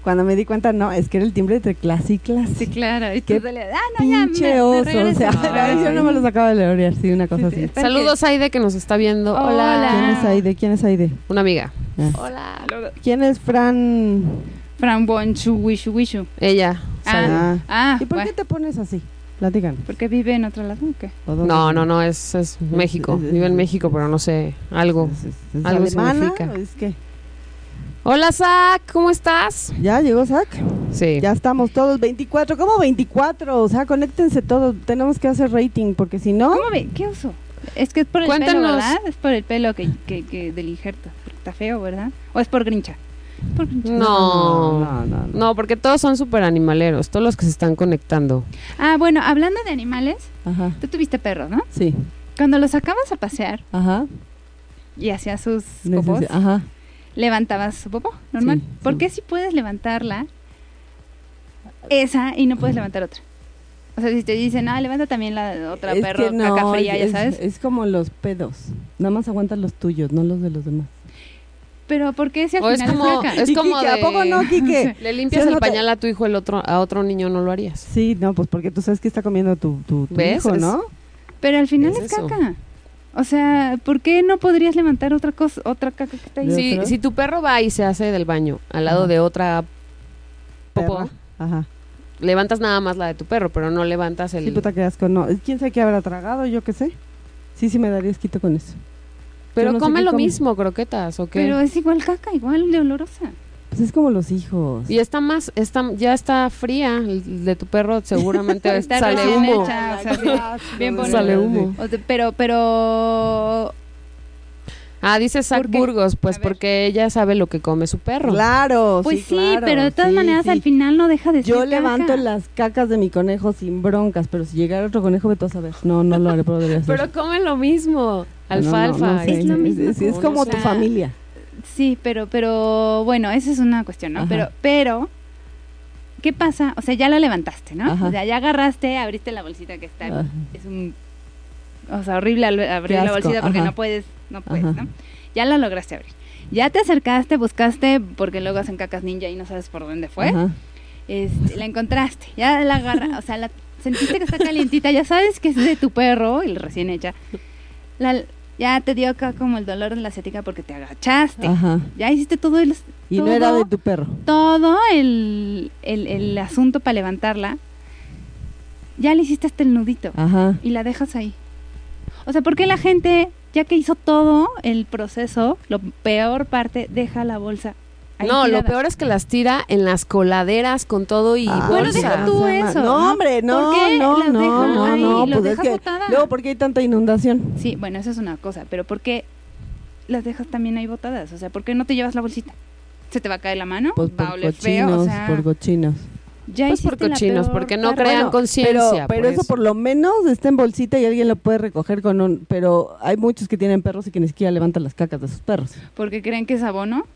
Speaker 6: Cuando me di cuenta, no, es que era el timbre entre clase y clase.
Speaker 4: Sí, claro. Y tú
Speaker 6: Qué
Speaker 4: dale, ah, no, ya,
Speaker 6: Pinche
Speaker 4: me- me
Speaker 6: oso, o
Speaker 4: regreso.
Speaker 6: sea,
Speaker 9: Ay.
Speaker 6: yo no me los acabo de leer, sí, una cosa así.
Speaker 4: Espérate.
Speaker 9: Saludos Aide que nos está viendo.
Speaker 4: Hola.
Speaker 9: Hola.
Speaker 6: ¿Quién es Aide? ¿Quién es Aide?
Speaker 9: Una amiga.
Speaker 6: Ah.
Speaker 9: Hola.
Speaker 6: ¿Quién es Fran?
Speaker 4: Fran Bonchu, Wishu Wishu.
Speaker 9: Ella. Saide.
Speaker 6: Ah.
Speaker 4: Ah,
Speaker 6: ¿Y por qué
Speaker 4: bueno,
Speaker 6: te pones así? Platican.
Speaker 4: porque vive en otro lado. ¿o qué?
Speaker 9: No, no, no, es, es
Speaker 6: <laughs>
Speaker 9: México.
Speaker 6: es- es-
Speaker 9: Vive en México, pero no sé,
Speaker 6: <laughs>
Speaker 9: algo.
Speaker 6: Es, es- es
Speaker 9: Algo
Speaker 6: alemana,
Speaker 9: significa.
Speaker 6: es que
Speaker 9: Hola, Zach, ¿cómo estás?
Speaker 6: ya llegó Zach.
Speaker 9: Sí.
Speaker 6: Ya estamos todos 24. ¿Cómo 24? O sea, conéctense todos. Tenemos que hacer rating porque si no,
Speaker 4: ¿Cómo ve? ¿Qué oso? Es que es por el
Speaker 9: Cuéntanos.
Speaker 4: pelo, ¿verdad? Es por el pelo que, que, que del injerto. porque Está feo, ¿verdad? ¿O es por grincha? Por grincha.
Speaker 9: No.
Speaker 6: No, no, no, no.
Speaker 9: No, porque todos son súper animaleros, todos los que se están conectando.
Speaker 4: Ah, bueno, hablando de animales,
Speaker 6: ajá.
Speaker 4: tú tuviste perro, ¿no?
Speaker 6: Sí,
Speaker 4: Cuando los sacabas a pasear
Speaker 6: ajá.
Speaker 4: y hacía sus popos,
Speaker 6: Necesi- Ajá.
Speaker 4: levantabas su popó, normal.
Speaker 6: ah. Sí,
Speaker 4: ¿Por
Speaker 6: sí.
Speaker 4: qué si puedes levantarla esa y no puedes levantar otra? O sea, si te dicen, ah, levanta también la otra
Speaker 6: Es
Speaker 4: perro,
Speaker 6: que no,
Speaker 4: caca fría,
Speaker 6: es,
Speaker 4: ya sabes.
Speaker 6: Es como los pedos. Nada más aguantas los tuyos, no los de los demás.
Speaker 4: Pero ¿por qué si al
Speaker 9: O es
Speaker 4: final es,
Speaker 9: como-
Speaker 4: caca?
Speaker 9: es-
Speaker 6: Y
Speaker 9: como
Speaker 6: Quique, ¿A
Speaker 9: de-
Speaker 6: poco no, Quique?
Speaker 9: <laughs> Le limpias
Speaker 6: Sí,
Speaker 9: el
Speaker 6: no te-
Speaker 9: pañal a tu hijo, el otro, a otro niño no lo harías.
Speaker 6: Sí, no, pues porque tú sabes que está comiendo tu, tu, tu
Speaker 9: ¿Ves?
Speaker 6: hijo,
Speaker 9: Es-
Speaker 6: ¿no?
Speaker 4: Pero al final
Speaker 9: es
Speaker 4: es,
Speaker 9: eso.
Speaker 4: caca. O sea, ¿por qué no podrías levantar otra cosa, otra caca que está ahí?
Speaker 6: ¿De
Speaker 9: Si,
Speaker 6: otro?
Speaker 9: si tu perro va y se hace del baño al lado de otra popó,
Speaker 6: Perra. Ajá.
Speaker 9: levantas nada más la de tu perro, pero no levantas el...
Speaker 6: Sí, pues, puta, qué asco. No, quién sabe qué habrá tragado, yo qué sé. Sí, sí me daría esquito con eso.
Speaker 9: pero
Speaker 6: yo no sé
Speaker 9: come
Speaker 6: qué
Speaker 9: lo
Speaker 6: come.
Speaker 9: mismo, croquetas, ¿o qué?
Speaker 4: Pero es igual caca, igual de olorosa.
Speaker 6: Pues es como los hijos.
Speaker 9: Y está más, está, ya está fría el de tu perro,
Speaker 6: <laughs>
Speaker 9: seguramente
Speaker 4: Está
Speaker 9: sale
Speaker 4: recién
Speaker 9: humo.
Speaker 4: hecha. o sea, bien bonito.
Speaker 9: Sale humo.
Speaker 4: O sea, pero, pero...
Speaker 9: Ah, dice Zach
Speaker 4: ¿Por qué?
Speaker 9: Burgos, pues
Speaker 4: A ver.
Speaker 9: porque ella sabe lo que come su perro.
Speaker 6: Claro,
Speaker 4: Pues sí,
Speaker 6: claro,
Speaker 4: pero de todas
Speaker 6: Oh, sí,
Speaker 4: maneras
Speaker 6: sí.
Speaker 4: al final no deja de ser
Speaker 6: Yo levanto
Speaker 4: caca.
Speaker 6: las cacas de mi conejo sin broncas, pero si llegara otro conejo, vete a saber. No, no lo haré, pero debería ser.
Speaker 9: Pero come lo mismo, alfalfa.
Speaker 6: No, no, no sé.
Speaker 4: Es lo mismo
Speaker 6: es, es
Speaker 9: como
Speaker 6: como
Speaker 9: los-
Speaker 6: tu familia.
Speaker 4: Sí, pero, pero, bueno, esa es una cuestión, ¿no?
Speaker 6: Ajá.
Speaker 4: Pero, pero, ¿qué pasa? O sea, ya la levantaste, ¿no?
Speaker 6: Ajá.
Speaker 4: O sea, ya agarraste, abriste la bolsita que está,
Speaker 6: Ajá.
Speaker 4: es un, o sea, horrible al- abrir
Speaker 6: Qué
Speaker 4: la
Speaker 6: asco,
Speaker 4: bolsita porque
Speaker 6: ajá.
Speaker 4: no puedes, no puedes,
Speaker 6: Ajá.
Speaker 4: ¿no? Ya la lograste abrir. Ya te acercaste, buscaste, porque luego hacen cacas ninja y no sabes por dónde fue.
Speaker 6: Ajá.
Speaker 4: Este, la encontraste, ya la agarra, o sea, la sentiste que está calientita, ya sabes que es de tu perro, el recién hecha. La- ya te dio acá como el dolor en la ciática porque te agachaste.
Speaker 6: Ajá.
Speaker 4: Ya hiciste todo el
Speaker 6: Y no
Speaker 4: todo-
Speaker 6: era de tu perro.
Speaker 4: todo el, el- el asunto para levantarla. Ya le hiciste hasta el nudito
Speaker 6: Ajá.
Speaker 4: y la dejas ahí. O sea, ¿por qué la gente, ya que hizo todo el proceso, lo peor parte, deja la bolsa? ahí
Speaker 9: No, lo
Speaker 4: tirada?
Speaker 9: peor es que las tira en las coladeras con todo y
Speaker 6: Ah,
Speaker 9: bueno,
Speaker 4: Bueno, deja
Speaker 6: no
Speaker 4: tú
Speaker 6: se ama.
Speaker 4: eso,
Speaker 6: No,
Speaker 4: ¿no?
Speaker 6: hombre, no,
Speaker 4: ¿Por qué
Speaker 6: no,
Speaker 4: las
Speaker 6: no,
Speaker 4: dejan
Speaker 6: no,
Speaker 4: ahí?
Speaker 6: no, No,
Speaker 4: y los
Speaker 6: pues es
Speaker 4: dejas
Speaker 6: que
Speaker 4: botada.
Speaker 6: luego porque hay tanta inundación.
Speaker 4: Sí, bueno, eso es una cosa, pero ¿por qué las dejas también ahí botadas? O sea, ¿por qué no te llevas la bolsita? Se te va a caer la mano,
Speaker 6: Pues
Speaker 4: va a
Speaker 6: por
Speaker 4: oler feo, o
Speaker 6: cochinos,
Speaker 4: sea,
Speaker 6: por cochinos.
Speaker 4: ya
Speaker 9: Pues por
Speaker 4: hiciste la
Speaker 9: cochinos,
Speaker 4: peor
Speaker 9: porque no
Speaker 4: parte.
Speaker 9: crean
Speaker 6: Bueno,
Speaker 9: conciencia.
Speaker 6: Pero, pero
Speaker 4: pues.
Speaker 6: eso por lo menos está en bolsita y alguien lo puede recoger con un... Pero hay muchos que tienen perros y que ni siquiera levantan las cacas de sus perros.
Speaker 4: porque creen que es abono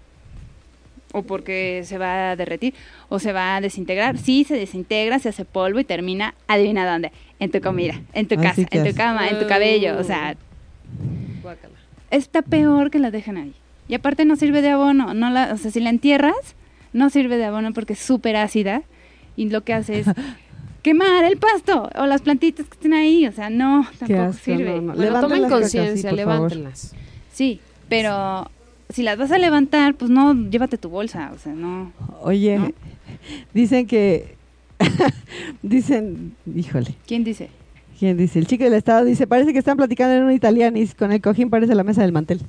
Speaker 4: o porque se va a derretir o se va a desintegrar. Sí, se desintegra, se hace polvo y termina, adivina dónde, en tu comida, en tu
Speaker 6: Así
Speaker 4: casa,
Speaker 6: que
Speaker 4: en tu
Speaker 6: es.
Speaker 4: cama, en tu cabello, o sea,
Speaker 9: Guácala.
Speaker 4: está peor que la dejen ahí. Y aparte no sirve de abono, no la, o sea, si la entierras, no sirve de abono porque es súper ácida y lo que
Speaker 6: <laughs>
Speaker 4: hace es quemar el pasto o las plantitas que estén ahí, o sea, no,
Speaker 6: Qué
Speaker 4: tampoco
Speaker 6: asco,
Speaker 4: sirve.
Speaker 6: no, no.
Speaker 9: Bueno,
Speaker 6: Levanten
Speaker 9: tomen
Speaker 6: las cacas,
Speaker 9: conciencia,
Speaker 6: sí, por favor.
Speaker 9: levántenlas.
Speaker 4: Sí, pero si las vas a levantar, pues no, llévate tu bolsa, o sea, no.
Speaker 6: Oye,
Speaker 4: ¿No?
Speaker 6: <laughs> dicen que... <laughs> dicen, híjole,
Speaker 4: ¿Quién dice?
Speaker 6: ¿quién dice? El chico del estado dice, parece que están platicando en un italianis, con el cojín parece la mesa del mantel.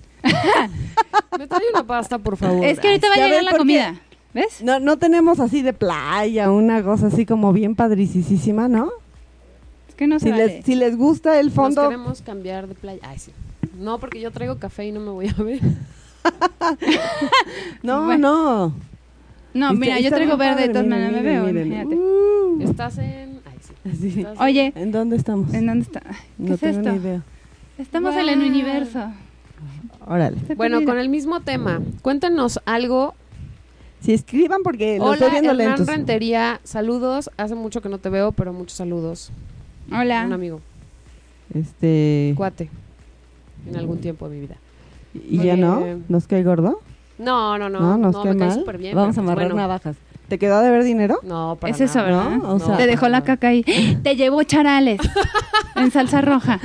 Speaker 9: Me trae una pasta, por favor.
Speaker 4: Es que ahorita va a
Speaker 6: Ya
Speaker 4: llegar
Speaker 6: ven
Speaker 4: la
Speaker 6: por qué.
Speaker 4: comida. ¿Ves?
Speaker 6: No, no tenemos así de playa, una cosa así como bien padricísima, ¿no?
Speaker 4: Es que no se
Speaker 6: Si
Speaker 4: vale.
Speaker 6: les, si les gusta el
Speaker 9: Nos
Speaker 6: fondo,
Speaker 9: queremos cambiar de playa. Ay, sí. No, porque yo traigo café y no me voy a ver.
Speaker 6: <laughs> no,
Speaker 4: Bueno.
Speaker 6: no.
Speaker 4: No,
Speaker 6: Está-
Speaker 4: mira, yo
Speaker 6: está
Speaker 4: traigo
Speaker 6: bien
Speaker 4: verde, de todas
Speaker 6: padre,
Speaker 4: maneras me
Speaker 6: miren,
Speaker 4: veo,
Speaker 6: miren, Uh.
Speaker 4: imagínate.
Speaker 6: miren. Uh.
Speaker 9: Estás en. Ay, sí.
Speaker 6: Sí.
Speaker 9: Estás en-
Speaker 4: Oye,
Speaker 6: ¿En dónde estamos?
Speaker 4: ¿en dónde está? ¿Qué
Speaker 6: no
Speaker 4: es
Speaker 6: tengo
Speaker 4: esto?
Speaker 6: ni idea.
Speaker 4: Estamos en el
Speaker 6: Ah.
Speaker 9: Guau.
Speaker 4: universo.
Speaker 6: Órale.
Speaker 4: Estoy
Speaker 9: Bueno,
Speaker 4: perdida.
Speaker 9: con el mismo tema, cuéntenos algo.
Speaker 6: Si escriban porque lo
Speaker 9: Hola,
Speaker 6: estoy viendo
Speaker 9: Hernán
Speaker 6: lentos.
Speaker 9: Rentería, saludos. Hace mucho que no te veo, pero muchos saludos.
Speaker 4: Hola.
Speaker 9: Un amigo,
Speaker 6: Este,
Speaker 9: cuate, en
Speaker 6: Mm.
Speaker 9: algún tiempo de mi vida.
Speaker 6: ¿Y ya
Speaker 9: Eh,
Speaker 6: no? ¿Nos cae gordo?
Speaker 9: No, no, no,
Speaker 6: No,
Speaker 9: no,
Speaker 6: nos cae
Speaker 9: me cae
Speaker 6: mal.
Speaker 9: súper bien.
Speaker 6: Vamos a
Speaker 9: pero, pues,
Speaker 6: amarrar
Speaker 9: bueno,
Speaker 6: navajas. ¿Te quedó de ver dinero?
Speaker 9: No, para
Speaker 4: Es eso,
Speaker 9: nada.
Speaker 4: ¿verdad?
Speaker 6: No, o sea-
Speaker 4: Te dejó la caca
Speaker 6: <gasps>
Speaker 4: ahí. Te llevó charales en salsa roja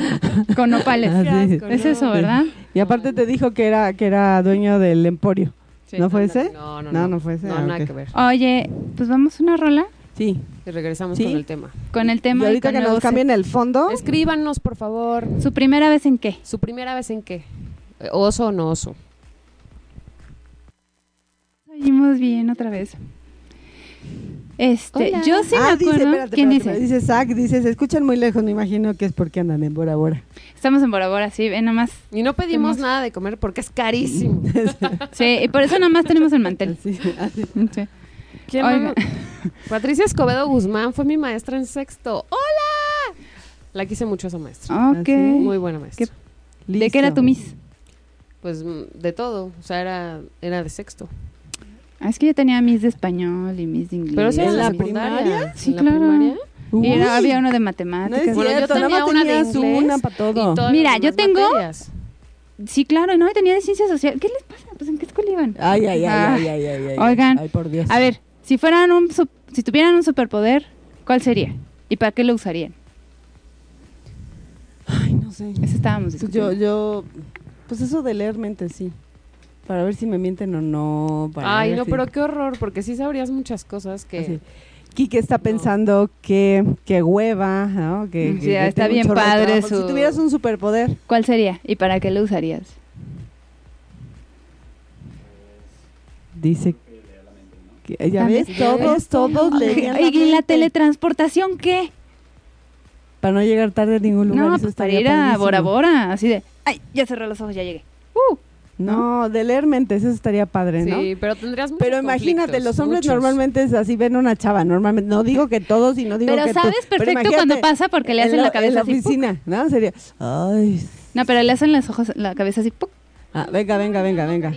Speaker 4: con nopales.
Speaker 6: Así.
Speaker 9: asco,
Speaker 4: Es eso,
Speaker 9: no.
Speaker 4: ¿verdad?
Speaker 6: Y aparte te dijo que era que era dueño del emporio.
Speaker 4: Sí.
Speaker 6: ¿No fue ese?
Speaker 9: No, no, no.
Speaker 6: No, no fue ese,
Speaker 9: No,
Speaker 6: ah,
Speaker 9: nada
Speaker 6: ok.
Speaker 9: que ver.
Speaker 4: Oye, pues vamos a una rola
Speaker 6: Sí.
Speaker 9: Y regresamos
Speaker 6: ¿Sí?
Speaker 9: con el tema.
Speaker 4: con el
Speaker 6: Y
Speaker 4: tema.
Speaker 6: ahorita
Speaker 4: con
Speaker 6: que nos
Speaker 4: nuevos-
Speaker 6: cambien el fondo,
Speaker 9: Escríbanos, por favor,
Speaker 4: ¿Su primera vez en qué?
Speaker 9: su primera vez en qué. Eh, ¿Oso o no oso?
Speaker 4: Seguimos bien otra vez. Este,
Speaker 9: Hola.
Speaker 4: yo sí me
Speaker 6: ah,
Speaker 4: acuerdo.
Speaker 6: dice, espérate,
Speaker 4: ¿Quién
Speaker 6: espérate,
Speaker 4: dice?
Speaker 6: dice Zach, dice, se escuchan muy lejos, me imagino que es porque andan en Bora Bora.
Speaker 4: Estamos en Bora Bora, sí, eh, ven nomás.
Speaker 9: Y no pedimos
Speaker 4: Tenemos-
Speaker 9: nada de comer porque es
Speaker 6: <laughs>
Speaker 9: carísimo.
Speaker 4: Sí, y por eso nomás tenemos el mantel.
Speaker 6: Así, así.
Speaker 4: Sí. <laughs>
Speaker 9: ¿Quién
Speaker 4: Oiga.
Speaker 9: no- Patricia Escobedo Guzmán fue mi maestra en sexto. ¡Hola! La quise mucho esa maestra.
Speaker 4: Ok.
Speaker 9: Muy buena maestra.
Speaker 4: ¿Qué- ¿De qué era
Speaker 6: Listo.
Speaker 4: tu miss?
Speaker 9: Pues mm, de todo. O sea, era, era de sexto.
Speaker 4: Ah, es que yo tenía miss de español y miss de inglés.
Speaker 9: Pero sí
Speaker 6: ¿En
Speaker 9: era la
Speaker 6: la
Speaker 9: secundaria.
Speaker 6: primaria?
Speaker 4: Sí,
Speaker 9: ¿En la
Speaker 4: claro.
Speaker 9: primaria?
Speaker 4: Y era-
Speaker 6: Uh. Uy.
Speaker 4: había uno de
Speaker 6: No es
Speaker 4: matemáticas.
Speaker 9: Bueno, yo
Speaker 6: cierto, nada
Speaker 9: tenía
Speaker 6: más
Speaker 9: una de
Speaker 6: tenías
Speaker 9: inglés
Speaker 6: una para
Speaker 9: y
Speaker 6: todo.
Speaker 9: todas
Speaker 4: Mira,
Speaker 9: las
Speaker 4: yo
Speaker 9: demás
Speaker 4: tengo-
Speaker 9: materias.
Speaker 4: Sí, claro, no, yo tenía de ciencias sociales. ¿Qué les pasa? Pues en qué escuela iban.
Speaker 6: Ay, ay, ay,
Speaker 4: Ah.
Speaker 6: ay, ay, ay, ay.
Speaker 4: Oigan,
Speaker 6: Ay, por Dios.
Speaker 4: A ver, si fueran un sup- si tuvieran un superpoder, ¿cuál sería? ¿Y para qué lo usarían?
Speaker 6: Ay, no sé.
Speaker 4: Eso estábamos
Speaker 6: Pues Yo,
Speaker 4: discutiendo.
Speaker 6: yo, pues eso de leer mente, sí. Para ver si me mienten o no. Para
Speaker 9: Ay,
Speaker 6: ver
Speaker 9: no,
Speaker 6: si-
Speaker 9: pero qué horror, porque sí sabrías muchas cosas que...
Speaker 6: Así. Quique está
Speaker 9: No.
Speaker 6: pensando que, que hueva, ¿no? Que,
Speaker 4: Mm, Sí,
Speaker 6: que- que
Speaker 4: está
Speaker 6: tengo un
Speaker 4: bien
Speaker 6: chorro de
Speaker 4: padre
Speaker 6: trabajo.
Speaker 4: su-
Speaker 6: Si tuvieras un superpoder.
Speaker 4: ¿Cuál sería? ¿Y para qué lo usarías?
Speaker 6: Dice. que- ya ves,
Speaker 4: También.
Speaker 6: todos, todos leerían
Speaker 4: Ay, ¿Y la
Speaker 6: mente.
Speaker 4: teletransportación qué?
Speaker 6: Para no llegar tarde a ningún lugar.
Speaker 4: No,
Speaker 6: eso
Speaker 4: pues para
Speaker 6: estaría
Speaker 4: ir a
Speaker 6: padrísimo.
Speaker 4: Bora Bora, así de, ay, ya cerré los ojos, ya llegué. Uh,
Speaker 6: No, de leer mente, eso estaría padre, ¿no?
Speaker 9: Sí, pero tendrías muchos
Speaker 6: Pero imagínate,
Speaker 9: conflictos,
Speaker 6: los hombres
Speaker 9: muchos.
Speaker 6: normalmente es así, ven una chava, normalmente, no digo que todos y no digo
Speaker 4: Pero
Speaker 6: que tú,
Speaker 4: sabes
Speaker 6: pero
Speaker 4: perfecto cuando
Speaker 6: imagínate,
Speaker 4: pasa porque le
Speaker 6: en
Speaker 4: hacen
Speaker 6: lo-
Speaker 4: la cabeza
Speaker 6: En la
Speaker 4: así, ¡puc!
Speaker 6: oficina, ¿no? Sería, ay,
Speaker 4: no, pero le hacen los ojos, la cabeza así, ¡puc!
Speaker 6: ah, venga, venga, venga, venga,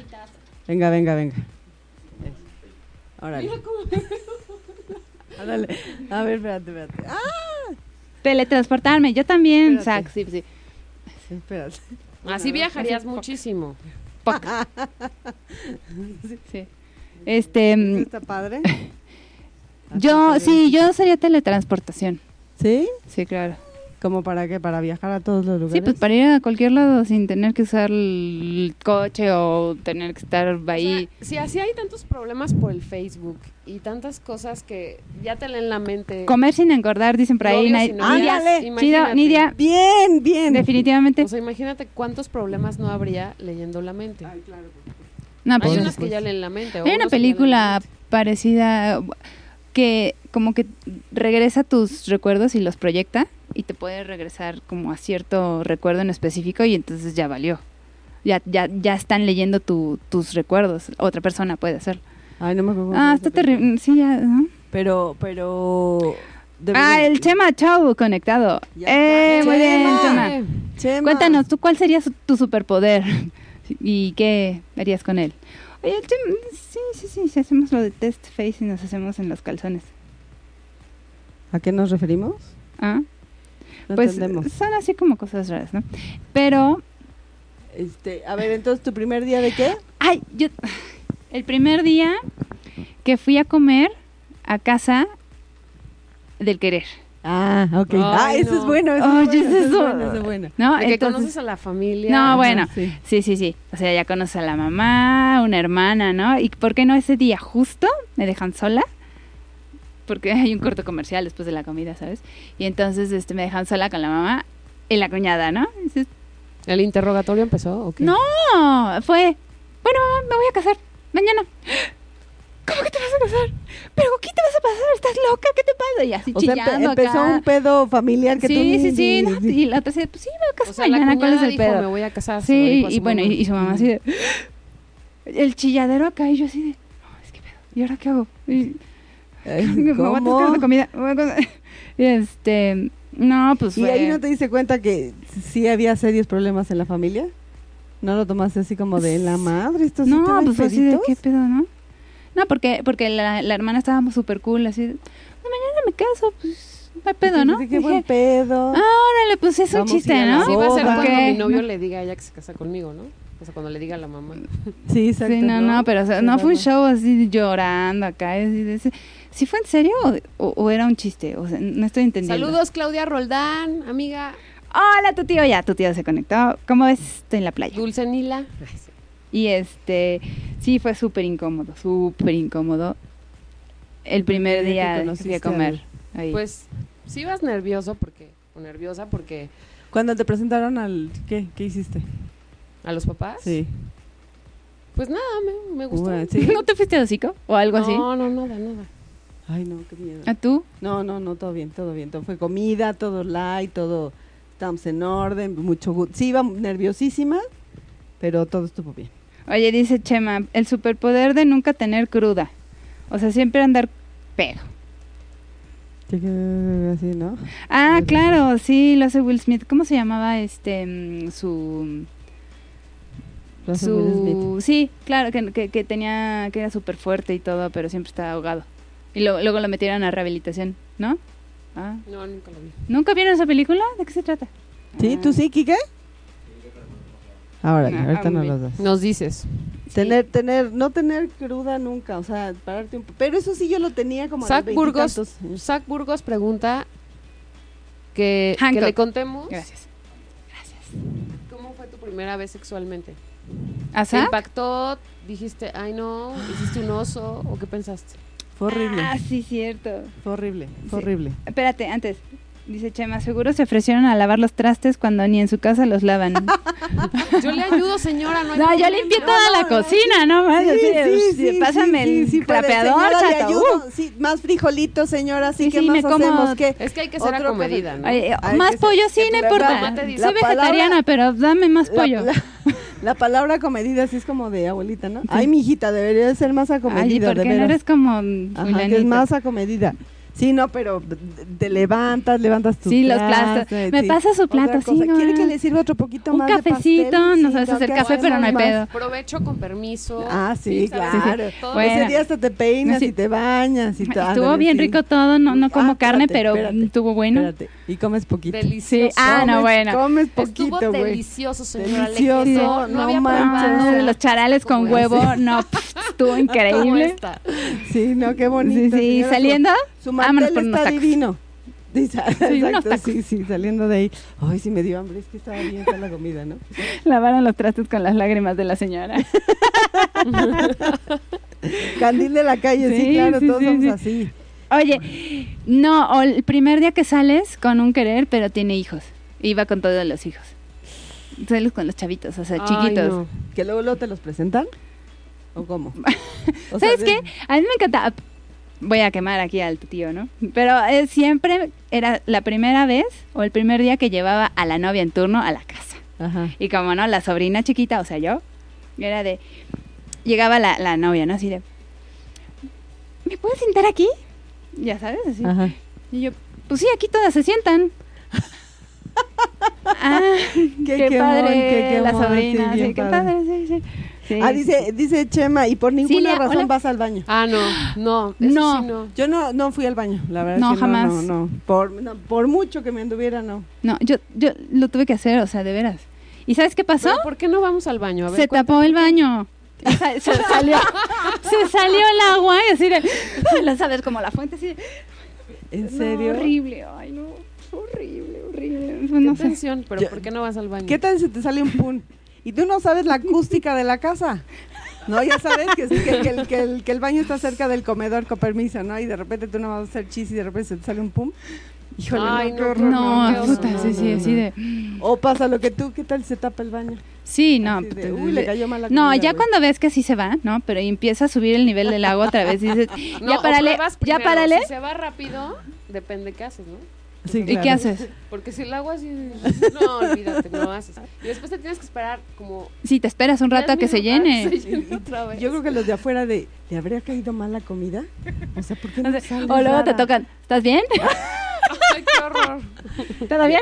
Speaker 6: venga, venga, venga. Órale. Órale. A ver, espérate, espérate. Ah,
Speaker 4: teletransportarme, yo también,
Speaker 6: Espérate.
Speaker 4: Zach, sí, sí.
Speaker 6: sí, espérate.
Speaker 9: Así viajarías muchísimo.
Speaker 4: ¡puc! Sí. Este,
Speaker 6: ¿Eso
Speaker 4: mm,
Speaker 6: ¿Está padre?
Speaker 4: yo, sí, yo sería teletransportación,
Speaker 6: ¿Sí?
Speaker 4: sí, claro.
Speaker 6: ¿Como para qué? ¿Para viajar a todos los lugares?
Speaker 4: Sí, pues para ir a cualquier lado sin tener que usar el coche o tener que estar ahí.
Speaker 9: O sea, si así hay tantos problemas por el Facebook y tantas cosas que ya te leen la mente.
Speaker 4: Comer sin engordar, dicen por ahí.
Speaker 9: Novios
Speaker 4: Ni-
Speaker 9: y novias,
Speaker 6: Ándale.
Speaker 4: Chido,
Speaker 9: imagínate.
Speaker 4: Nidia,
Speaker 6: Bien, bien.
Speaker 4: definitivamente.
Speaker 9: O sea, imagínate cuántos problemas no habría leyendo la mente.
Speaker 4: No,
Speaker 9: hay
Speaker 4: pues,
Speaker 9: unas que ya leen la mente. o
Speaker 4: Hay una
Speaker 9: unos que ya leen
Speaker 4: película
Speaker 9: la mente.
Speaker 4: parecida, que como que regresa tus recuerdos y los proyecta y te puede regresar como a cierto recuerdo en específico y entonces ya valió. Ya, ya, ya están leyendo tu, tus recuerdos. Otra persona puede hacerlo.
Speaker 6: Ay, no me acuerdo.
Speaker 4: Ah, está terrible. Sí, ya. ¿no?
Speaker 6: Pero, pero.
Speaker 4: Ah, el Chema Chau conectado.
Speaker 6: Ya
Speaker 4: Eh,
Speaker 6: está.
Speaker 4: muy bien,
Speaker 6: Chema.
Speaker 4: Chema. Cuéntanos, ¿tú cuál sería su- tu superpoder? ¿Y qué harías con él? Oye, el Chema, sí, sí, sí, si hacemos lo de test face y nos hacemos en los calzones.
Speaker 6: ¿A qué nos referimos?
Speaker 4: ¿Ah?
Speaker 6: No
Speaker 4: pues
Speaker 6: entendemos.
Speaker 4: son así como cosas raras, ¿no? Pero,
Speaker 6: Este, a ver, entonces, ¿tu primer día de qué?
Speaker 4: ay, yo, el primer día que fui a comer a casa del querer,
Speaker 6: Ah, ok.
Speaker 9: Ay,
Speaker 6: ah, eso
Speaker 9: no.
Speaker 6: es bueno. Eso
Speaker 4: Ay,
Speaker 6: es bueno,
Speaker 4: ¿es
Speaker 6: eso es
Speaker 4: eso?
Speaker 6: bueno. Eso es bueno.
Speaker 4: ¿no?
Speaker 9: De que
Speaker 4: Ah, Entonces-
Speaker 9: conoces a la familia.
Speaker 4: No,
Speaker 9: Ajá,
Speaker 4: bueno,
Speaker 9: sí.
Speaker 4: sí, sí, sí. O sea, ya conoces a la mamá, una hermana, ¿no? ¿Y por qué no ese día justo me dejan sola? Porque hay un corto comercial después de la comida, ¿sabes? Y entonces este, me dejan sola con la mamá y la cuñada, ¿no? Y dices,
Speaker 9: ¿El interrogatorio empezó? ¿o qué?
Speaker 4: No, fue, bueno, mamá, me voy a casar mañana. ¿Cómo que te vas a casar? ¿Pero qué te vas a pasar? ¿Estás loca? ¿Qué te pasa? Y así
Speaker 6: O sea, empe-
Speaker 4: chillando
Speaker 6: empezó
Speaker 4: acá.
Speaker 6: un pedo familiar que
Speaker 4: sí,
Speaker 6: tú ni-
Speaker 4: sí, sí,
Speaker 6: ni-
Speaker 4: no,
Speaker 6: ni-
Speaker 4: <laughs> Y la otra sí, pues sí, me voy a casar
Speaker 9: O sea, la
Speaker 4: mañana. ¿Cuál es
Speaker 9: cuñada
Speaker 4: el
Speaker 9: dijo,
Speaker 4: pedo?
Speaker 9: me voy a casar. se lo
Speaker 4: Sí,
Speaker 9: dijo a
Speaker 4: y
Speaker 9: su
Speaker 4: bueno, y,
Speaker 9: mamá.
Speaker 4: y su mamá así de... El chilladero acá y yo así de... "No, es que pedo, ¿Y ahora qué hago? Y-
Speaker 6: Ay,
Speaker 4: <laughs> me voy a atascar de
Speaker 6: ¿Cómo?
Speaker 4: comida. me voy a cosas- Y este... No, pues
Speaker 6: ¿Y
Speaker 4: fue-
Speaker 6: ahí no te diste cuenta que sí había serios problemas en la familia? ¿No lo tomaste así como de la madre? ¿Estos sí
Speaker 4: No,
Speaker 6: traen
Speaker 4: pues fue así de
Speaker 6: peditos?
Speaker 4: qué pedo, ¿no? No, porque, porque la, la hermana estábamos súper cool, así de... "No, mañana me caso, pues... No hay pedo, ¿no?
Speaker 6: Dije,
Speaker 4: Dije,
Speaker 6: qué buen pedo.
Speaker 4: "Ah, órale, pues es un
Speaker 6: Vamos a ir
Speaker 4: chiste,
Speaker 6: a la
Speaker 4: ¿no?
Speaker 6: boda.
Speaker 9: Así va a ser
Speaker 6: Boda.
Speaker 9: cuando
Speaker 4: Porque-
Speaker 9: mi novio le diga a ella que se casa conmigo, ¿no? O sea, cuando le diga a la mamá.
Speaker 6: sí, exacto.
Speaker 4: sí, no, no, pero o sea,
Speaker 6: Sí,
Speaker 4: no fue un
Speaker 6: ¿verdad?
Speaker 4: show así llorando acá. Así de, ¿Sí fue en serio o, o- o era un chiste? O sea, no estoy entendiendo.
Speaker 9: Saludos, Claudia Roldán, amiga
Speaker 4: Hola, tu tío, ya, tu tío se conectó. ¿Cómo ves? Estoy en la playa.
Speaker 9: Dulce Nila. Ay, sí.
Speaker 4: Y este, sí, fue súper incómodo, súper incómodo. El primer
Speaker 6: El día que
Speaker 4: día que fui
Speaker 6: conociste
Speaker 4: a
Speaker 6: al-
Speaker 4: comer. ahí. <laughs>
Speaker 9: Pues sí vas nervioso porque, o nerviosa porque
Speaker 6: Cuando te presentaron al... ¿Qué? ¿Qué hiciste?
Speaker 9: a los papás.
Speaker 6: Sí.
Speaker 9: Pues nada, me, me gustó.
Speaker 6: Ué,
Speaker 9: <laughs>
Speaker 6: sí.
Speaker 4: ¿No te fuiste de hocico o algo así?
Speaker 9: No, no, nada, nada.
Speaker 6: Ay, no, qué miedo.
Speaker 4: ¿A tú?
Speaker 6: No, no, no, todo bien, todo bien. Todo fue comida, todo light, todo... Estábamos en orden, mucho gusto. Sí, iba nerviosísima, pero todo estuvo bien.
Speaker 4: Oye, dice Chema, el superpoder de nunca tener cruda. O sea, siempre andar pedo.
Speaker 6: Así, ¿no?
Speaker 4: Ah,
Speaker 6: Ujú.
Speaker 4: claro, sí, lo hace Will Smith. ¿Cómo se llamaba este mm, su
Speaker 6: Lo hace
Speaker 4: su-
Speaker 6: Will Smith.
Speaker 4: Sí, claro, que, que- que tenía, que era súper fuerte y todo, pero siempre estaba ahogado. Y lo- luego lo metieron a rehabilitación, ¿no? Ah.
Speaker 9: No, nunca lo vi.
Speaker 4: ¿Nunca vieron esa película? ¿De qué se trata?
Speaker 6: ¿Sí? ¿Tú sí, Kike? Ahora,
Speaker 4: Ah,
Speaker 6: ahorita
Speaker 4: ah,
Speaker 6: no
Speaker 4: muy
Speaker 6: los das.
Speaker 9: Nos dices.
Speaker 6: Tener, tener, no tener cruda nunca, o sea, pararte un po- Pero eso sí yo lo tenía como a los
Speaker 9: Zach Burgos,
Speaker 6: veintitantos años.
Speaker 9: Zach Burgos pregunta que, que
Speaker 4: Hancock.
Speaker 9: le contemos
Speaker 4: Gracias. Gracias.
Speaker 9: cómo fue tu primera vez sexualmente. ¿Te
Speaker 4: ¿Asa?
Speaker 9: impactó? ¿Dijiste, ay no, hiciste un oso? ¿O qué pensaste?
Speaker 6: Fue horrible,
Speaker 4: Ah, sí, cierto.
Speaker 6: fue horrible, fue
Speaker 4: Sí.
Speaker 6: horrible.
Speaker 4: Espérate, antes. Dice Chema, seguro se ofrecieron a lavar los trastes cuando ni en su casa los lavan.
Speaker 6: <laughs>
Speaker 4: no,
Speaker 9: Yo le ayudo, señora. No, hay
Speaker 4: yo
Speaker 9: problema.
Speaker 4: limpié toda la cocina, ¿no? Más, así, sí, pásame
Speaker 6: sí,
Speaker 4: el
Speaker 6: sí, fue de,
Speaker 4: trapeador,
Speaker 6: señora, le
Speaker 4: chato,
Speaker 6: ayudo,
Speaker 4: uh.
Speaker 6: sí, más frijolitos, señora, así
Speaker 4: Sí,
Speaker 6: que
Speaker 4: sí,
Speaker 6: más
Speaker 4: me como-
Speaker 6: hacemos que...
Speaker 9: Es que hay que ser
Speaker 6: Otro
Speaker 9: acomedida,
Speaker 6: pedo.
Speaker 9: ¿no?
Speaker 4: Ay, eh,
Speaker 6: Ay,
Speaker 4: más
Speaker 6: que se-
Speaker 4: pollo sí,
Speaker 6: que
Speaker 4: no
Speaker 6: tu
Speaker 4: importa.
Speaker 9: mamá te dice-
Speaker 4: Soy
Speaker 6: La
Speaker 4: vegetariana,
Speaker 6: palabra-
Speaker 4: pero dame más pollo.
Speaker 6: La, la palabra comedida sí es como de abuelita, ¿no? Ay, mijita, debería de ser
Speaker 4: <laughs>
Speaker 6: más
Speaker 4: Ay, ¿y
Speaker 6: acomedida,
Speaker 4: por
Speaker 6: de
Speaker 4: qué no
Speaker 6: veras.
Speaker 4: eres como mm,
Speaker 6: Ajá, que es
Speaker 4: fulanito?
Speaker 6: más acomedida. Sí, no, pero te levantas, levantas tus
Speaker 4: Sí, los platos.
Speaker 6: trastes,
Speaker 4: Me
Speaker 6: sí.
Speaker 4: pasa su
Speaker 6: Otra
Speaker 4: plato, sí,
Speaker 6: cosa,
Speaker 4: no,
Speaker 6: ¿Quiere
Speaker 4: no.
Speaker 6: que le sirva otro poquito
Speaker 4: Un
Speaker 6: más de pastel?
Speaker 4: cafecito, no sabes
Speaker 6: no,
Speaker 4: hacer
Speaker 6: que
Speaker 4: café, pero no hay
Speaker 6: más.
Speaker 4: pedo.
Speaker 9: Provecho con permiso.
Speaker 6: Ah, sí,
Speaker 9: ¿sabes?
Speaker 6: claro.
Speaker 9: Todo
Speaker 4: Bueno.
Speaker 6: Ese día hasta te peinas
Speaker 4: No, sí.
Speaker 6: y te bañas y todo.
Speaker 4: Estuvo
Speaker 6: Ándale,
Speaker 4: bien
Speaker 6: sí.
Speaker 4: rico todo, no, no como
Speaker 6: Ah,
Speaker 4: carne,
Speaker 6: espérate,
Speaker 4: pero
Speaker 6: espérate,
Speaker 4: mm, estuvo bueno.
Speaker 6: Espérate, y comes poquito.
Speaker 9: Delicioso.
Speaker 4: Sí, ah, no,
Speaker 6: Comes-
Speaker 4: bueno.
Speaker 6: Comes
Speaker 9: Estuvo
Speaker 6: poquito, güey.
Speaker 9: delicioso, señora. Le
Speaker 6: Delicioso,
Speaker 9: quedó,
Speaker 6: no
Speaker 9: había
Speaker 6: manches.
Speaker 9: probado Pues,
Speaker 4: Ah, los charales con
Speaker 9: como
Speaker 4: huevo,
Speaker 9: así.
Speaker 6: <laughs>
Speaker 4: no, pff, estuvo
Speaker 9: como
Speaker 4: increíble.
Speaker 9: esta.
Speaker 6: Sí, no, qué
Speaker 4: Sí,
Speaker 6: bonito.
Speaker 4: sí,
Speaker 6: señora, su-
Speaker 4: saliendo,
Speaker 6: Su
Speaker 4: vámonos
Speaker 6: mantel
Speaker 4: por unos
Speaker 6: está
Speaker 4: tacos.
Speaker 6: divino. Dice,
Speaker 4: <laughs> Sí, unos
Speaker 6: exacto,
Speaker 4: tacos.
Speaker 6: sí, sí, saliendo de ahí. Ay, sí me dio hambre, es que estaba bien toda la comida, ¿no?
Speaker 4: lavaron los trastes con las lágrimas de la señora.
Speaker 6: Candil de la calle, sí,
Speaker 4: Sí,
Speaker 6: claro,
Speaker 4: sí,
Speaker 6: todos
Speaker 4: sí,
Speaker 6: somos
Speaker 4: sí.
Speaker 6: así.
Speaker 4: Oye, no, o el primer día que sales con un querer, pero tiene hijos. Iba con todos los hijos. Sales con los chavitos, o sea,
Speaker 9: Ay,
Speaker 4: chiquitos.
Speaker 9: no.
Speaker 4: <laughs>
Speaker 6: ¿Que luego, luego te los presentan? ¿O cómo? O sea,
Speaker 4: ¿Sabes
Speaker 6: de-
Speaker 4: qué? A mí me encanta. ah, voy a quemar aquí al tío, ¿no? Pero eh, siempre era la primera vez o el primer día que llevaba a la novia en turno a la casa.
Speaker 6: Ajá.
Speaker 4: Y como no, la sobrina chiquita, o sea, yo, era de. Llegaba la, la novia, ¿no? Así de. ¿Me puedes sentar aquí? Ya sabes, así.
Speaker 6: Ajá.
Speaker 4: Y yo, pues sí, aquí todas se sientan. ah,
Speaker 6: Qué
Speaker 4: qué,
Speaker 6: quemón,
Speaker 4: padre,
Speaker 6: qué
Speaker 4: la
Speaker 6: quemón,
Speaker 4: sobrina,
Speaker 6: sí,
Speaker 4: sí,
Speaker 6: bien
Speaker 4: qué
Speaker 6: padre.
Speaker 4: padre, sí, sí. Sí,
Speaker 6: Ah,
Speaker 4: sí,
Speaker 6: dice, dice Chema, y por ninguna
Speaker 4: Cilia,
Speaker 6: razón
Speaker 4: hola.
Speaker 6: vas al baño.
Speaker 9: Ah, no, no, eso
Speaker 4: No.
Speaker 9: sí no.
Speaker 6: Yo no, no fui al baño, la verdad.
Speaker 4: No,
Speaker 6: es que
Speaker 4: jamás.
Speaker 6: No, no, Por, no, por mucho que me anduviera, no.
Speaker 4: No, yo, yo lo tuve que hacer, o sea, de veras. ¿Y sabes qué pasó?
Speaker 9: Pero, ¿Por qué no vamos al baño? A ver,
Speaker 4: se
Speaker 9: cuenta.
Speaker 4: tapó el baño. Sa- Se salió, se salió el agua y así de, la sabes, como la fuente así de,
Speaker 6: ¿En
Speaker 4: no,
Speaker 6: serio?
Speaker 4: horrible, ay no, horrible, horrible,
Speaker 9: Qué
Speaker 4: Pues no sé.
Speaker 9: tensión, pero
Speaker 6: Yo-
Speaker 9: ¿por qué no vas al baño?
Speaker 6: ¿Qué tal si te sale un pun? Y tú no sabes la acústica de la casa. No, ya sabes que, que- que el, que el- que el baño está cerca del comedor con permiso, ¿no? Y de repente tú no vas a hacer chis y de repente se te sale un pum. Híjole,
Speaker 9: Ay,
Speaker 6: no,
Speaker 9: no,
Speaker 6: qué horror,
Speaker 4: No,
Speaker 9: qué oso,
Speaker 4: puta,
Speaker 9: no,
Speaker 4: sí,
Speaker 9: no,
Speaker 4: sí,
Speaker 9: no.
Speaker 4: así de,
Speaker 6: O pasa lo que tú, ¿qué tal se tapa el baño?
Speaker 4: sí, no. pues,
Speaker 6: Así de,
Speaker 4: puta,
Speaker 6: uy, le cayó mal la
Speaker 4: No,
Speaker 6: comida,
Speaker 4: ya
Speaker 6: güey.
Speaker 4: cuando ves que así se va, ¿no? Pero empieza a subir el nivel del agua otra vez y dices,
Speaker 9: No,
Speaker 4: ya
Speaker 9: o
Speaker 4: párale,
Speaker 9: pruebas
Speaker 4: ya
Speaker 9: primero.
Speaker 4: párale.
Speaker 9: Si se va rápido, depende qué haces, ¿no?
Speaker 6: Sí,
Speaker 4: ¿Y qué haces?
Speaker 9: Porque si el agua así...
Speaker 6: <laughs>
Speaker 9: No, olvídate, no haces. Y después te tienes que esperar como...
Speaker 4: Si te esperas un rato a que se
Speaker 9: <laughs>
Speaker 4: llene.
Speaker 9: otra vez.
Speaker 6: Yo creo que los de afuera de, ¿le habría caído mal la comida? O sea, ¿por qué no
Speaker 4: O sea,
Speaker 6: sales,
Speaker 4: o luego te
Speaker 6: Sara?
Speaker 4: tocan, ¿estás bien?
Speaker 9: Ay,
Speaker 4: <laughs>
Speaker 9: qué horror.
Speaker 4: ¿Todo bien?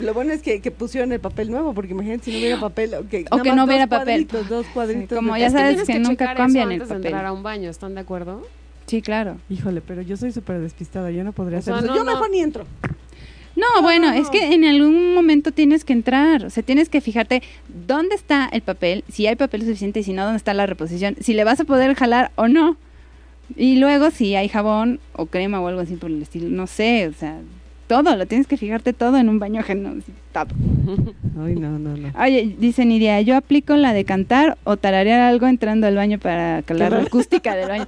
Speaker 6: Lo bueno es que, que pusieron el papel nuevo, porque imagínate si no hubiera papel. O que, nada
Speaker 4: que
Speaker 6: más
Speaker 4: no
Speaker 6: dos
Speaker 4: hubiera papel.
Speaker 6: cuadritos, dos cuadritos.
Speaker 4: como
Speaker 6: de
Speaker 4: ya
Speaker 6: papel.
Speaker 4: sabes
Speaker 9: Tienes
Speaker 4: que nunca
Speaker 9: checar eso
Speaker 4: cambian el
Speaker 9: antes de
Speaker 4: papel.
Speaker 9: entrar a un baño, ¿están de acuerdo?
Speaker 4: <laughs> Sí, claro.
Speaker 6: Híjole, pero yo soy súper despistada, yo no podría
Speaker 9: O
Speaker 6: hacer
Speaker 9: sea,
Speaker 6: eso.
Speaker 9: no,
Speaker 6: yo
Speaker 9: no.
Speaker 6: mejor ni entro.
Speaker 4: No, bueno, es que en algún momento tienes que entrar, o sea, tienes que fijarte dónde está el papel, si hay papel suficiente y si no, dónde está la reposición, si le vas a poder jalar o no. Y luego si hay jabón o crema o algo así por el estilo, no sé, o sea, todo, lo tienes que fijarte todo en un baño ajeno, así, todo.
Speaker 6: Ay, no, no, no.
Speaker 4: Oye, dice Nidia, yo aplico la de cantar o tararear algo entrando al baño para calar la
Speaker 6: Claro.
Speaker 4: acústica del
Speaker 6: <laughs>
Speaker 4: baño.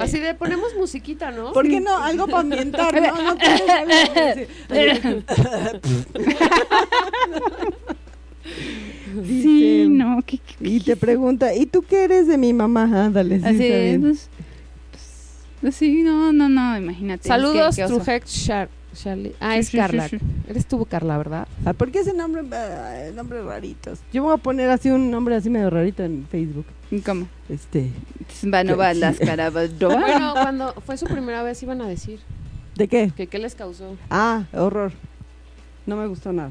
Speaker 9: Así de ponemos musiquita, ¿no?
Speaker 6: ¿Por qué no? Algo para ambientar, ¿no?
Speaker 4: <laughs>
Speaker 6: No puedes hablar así. Dice,
Speaker 4: Sí, no, qué, qué-
Speaker 6: Y te pregunta, ¿y tú qué eres de mi mamá? Ándale, sí,
Speaker 4: Así,
Speaker 6: está bien.
Speaker 4: pues, pues, sí, no, no, no, imagínate.
Speaker 9: Saludos,
Speaker 4: qué- qué oso.
Speaker 9: Trujek Char- Charlie. Ah,
Speaker 4: Sí,
Speaker 9: es
Speaker 4: sí, sí,
Speaker 9: Carla.
Speaker 4: sí.
Speaker 9: Eres tú, Carla, ¿verdad?
Speaker 6: Ah, ¿Por qué ese nombre? ah, nombres raritos. Yo voy a poner así un nombre así medio rarito en Facebook.
Speaker 4: ¿Y ¿Cómo?
Speaker 6: Este,
Speaker 4: Van a ver las carabadoas.
Speaker 9: Bueno, cuando fue su primera vez iban a decir
Speaker 6: ¿de qué?
Speaker 9: que qué les causó.
Speaker 6: Ah, horror. No me gustó nada.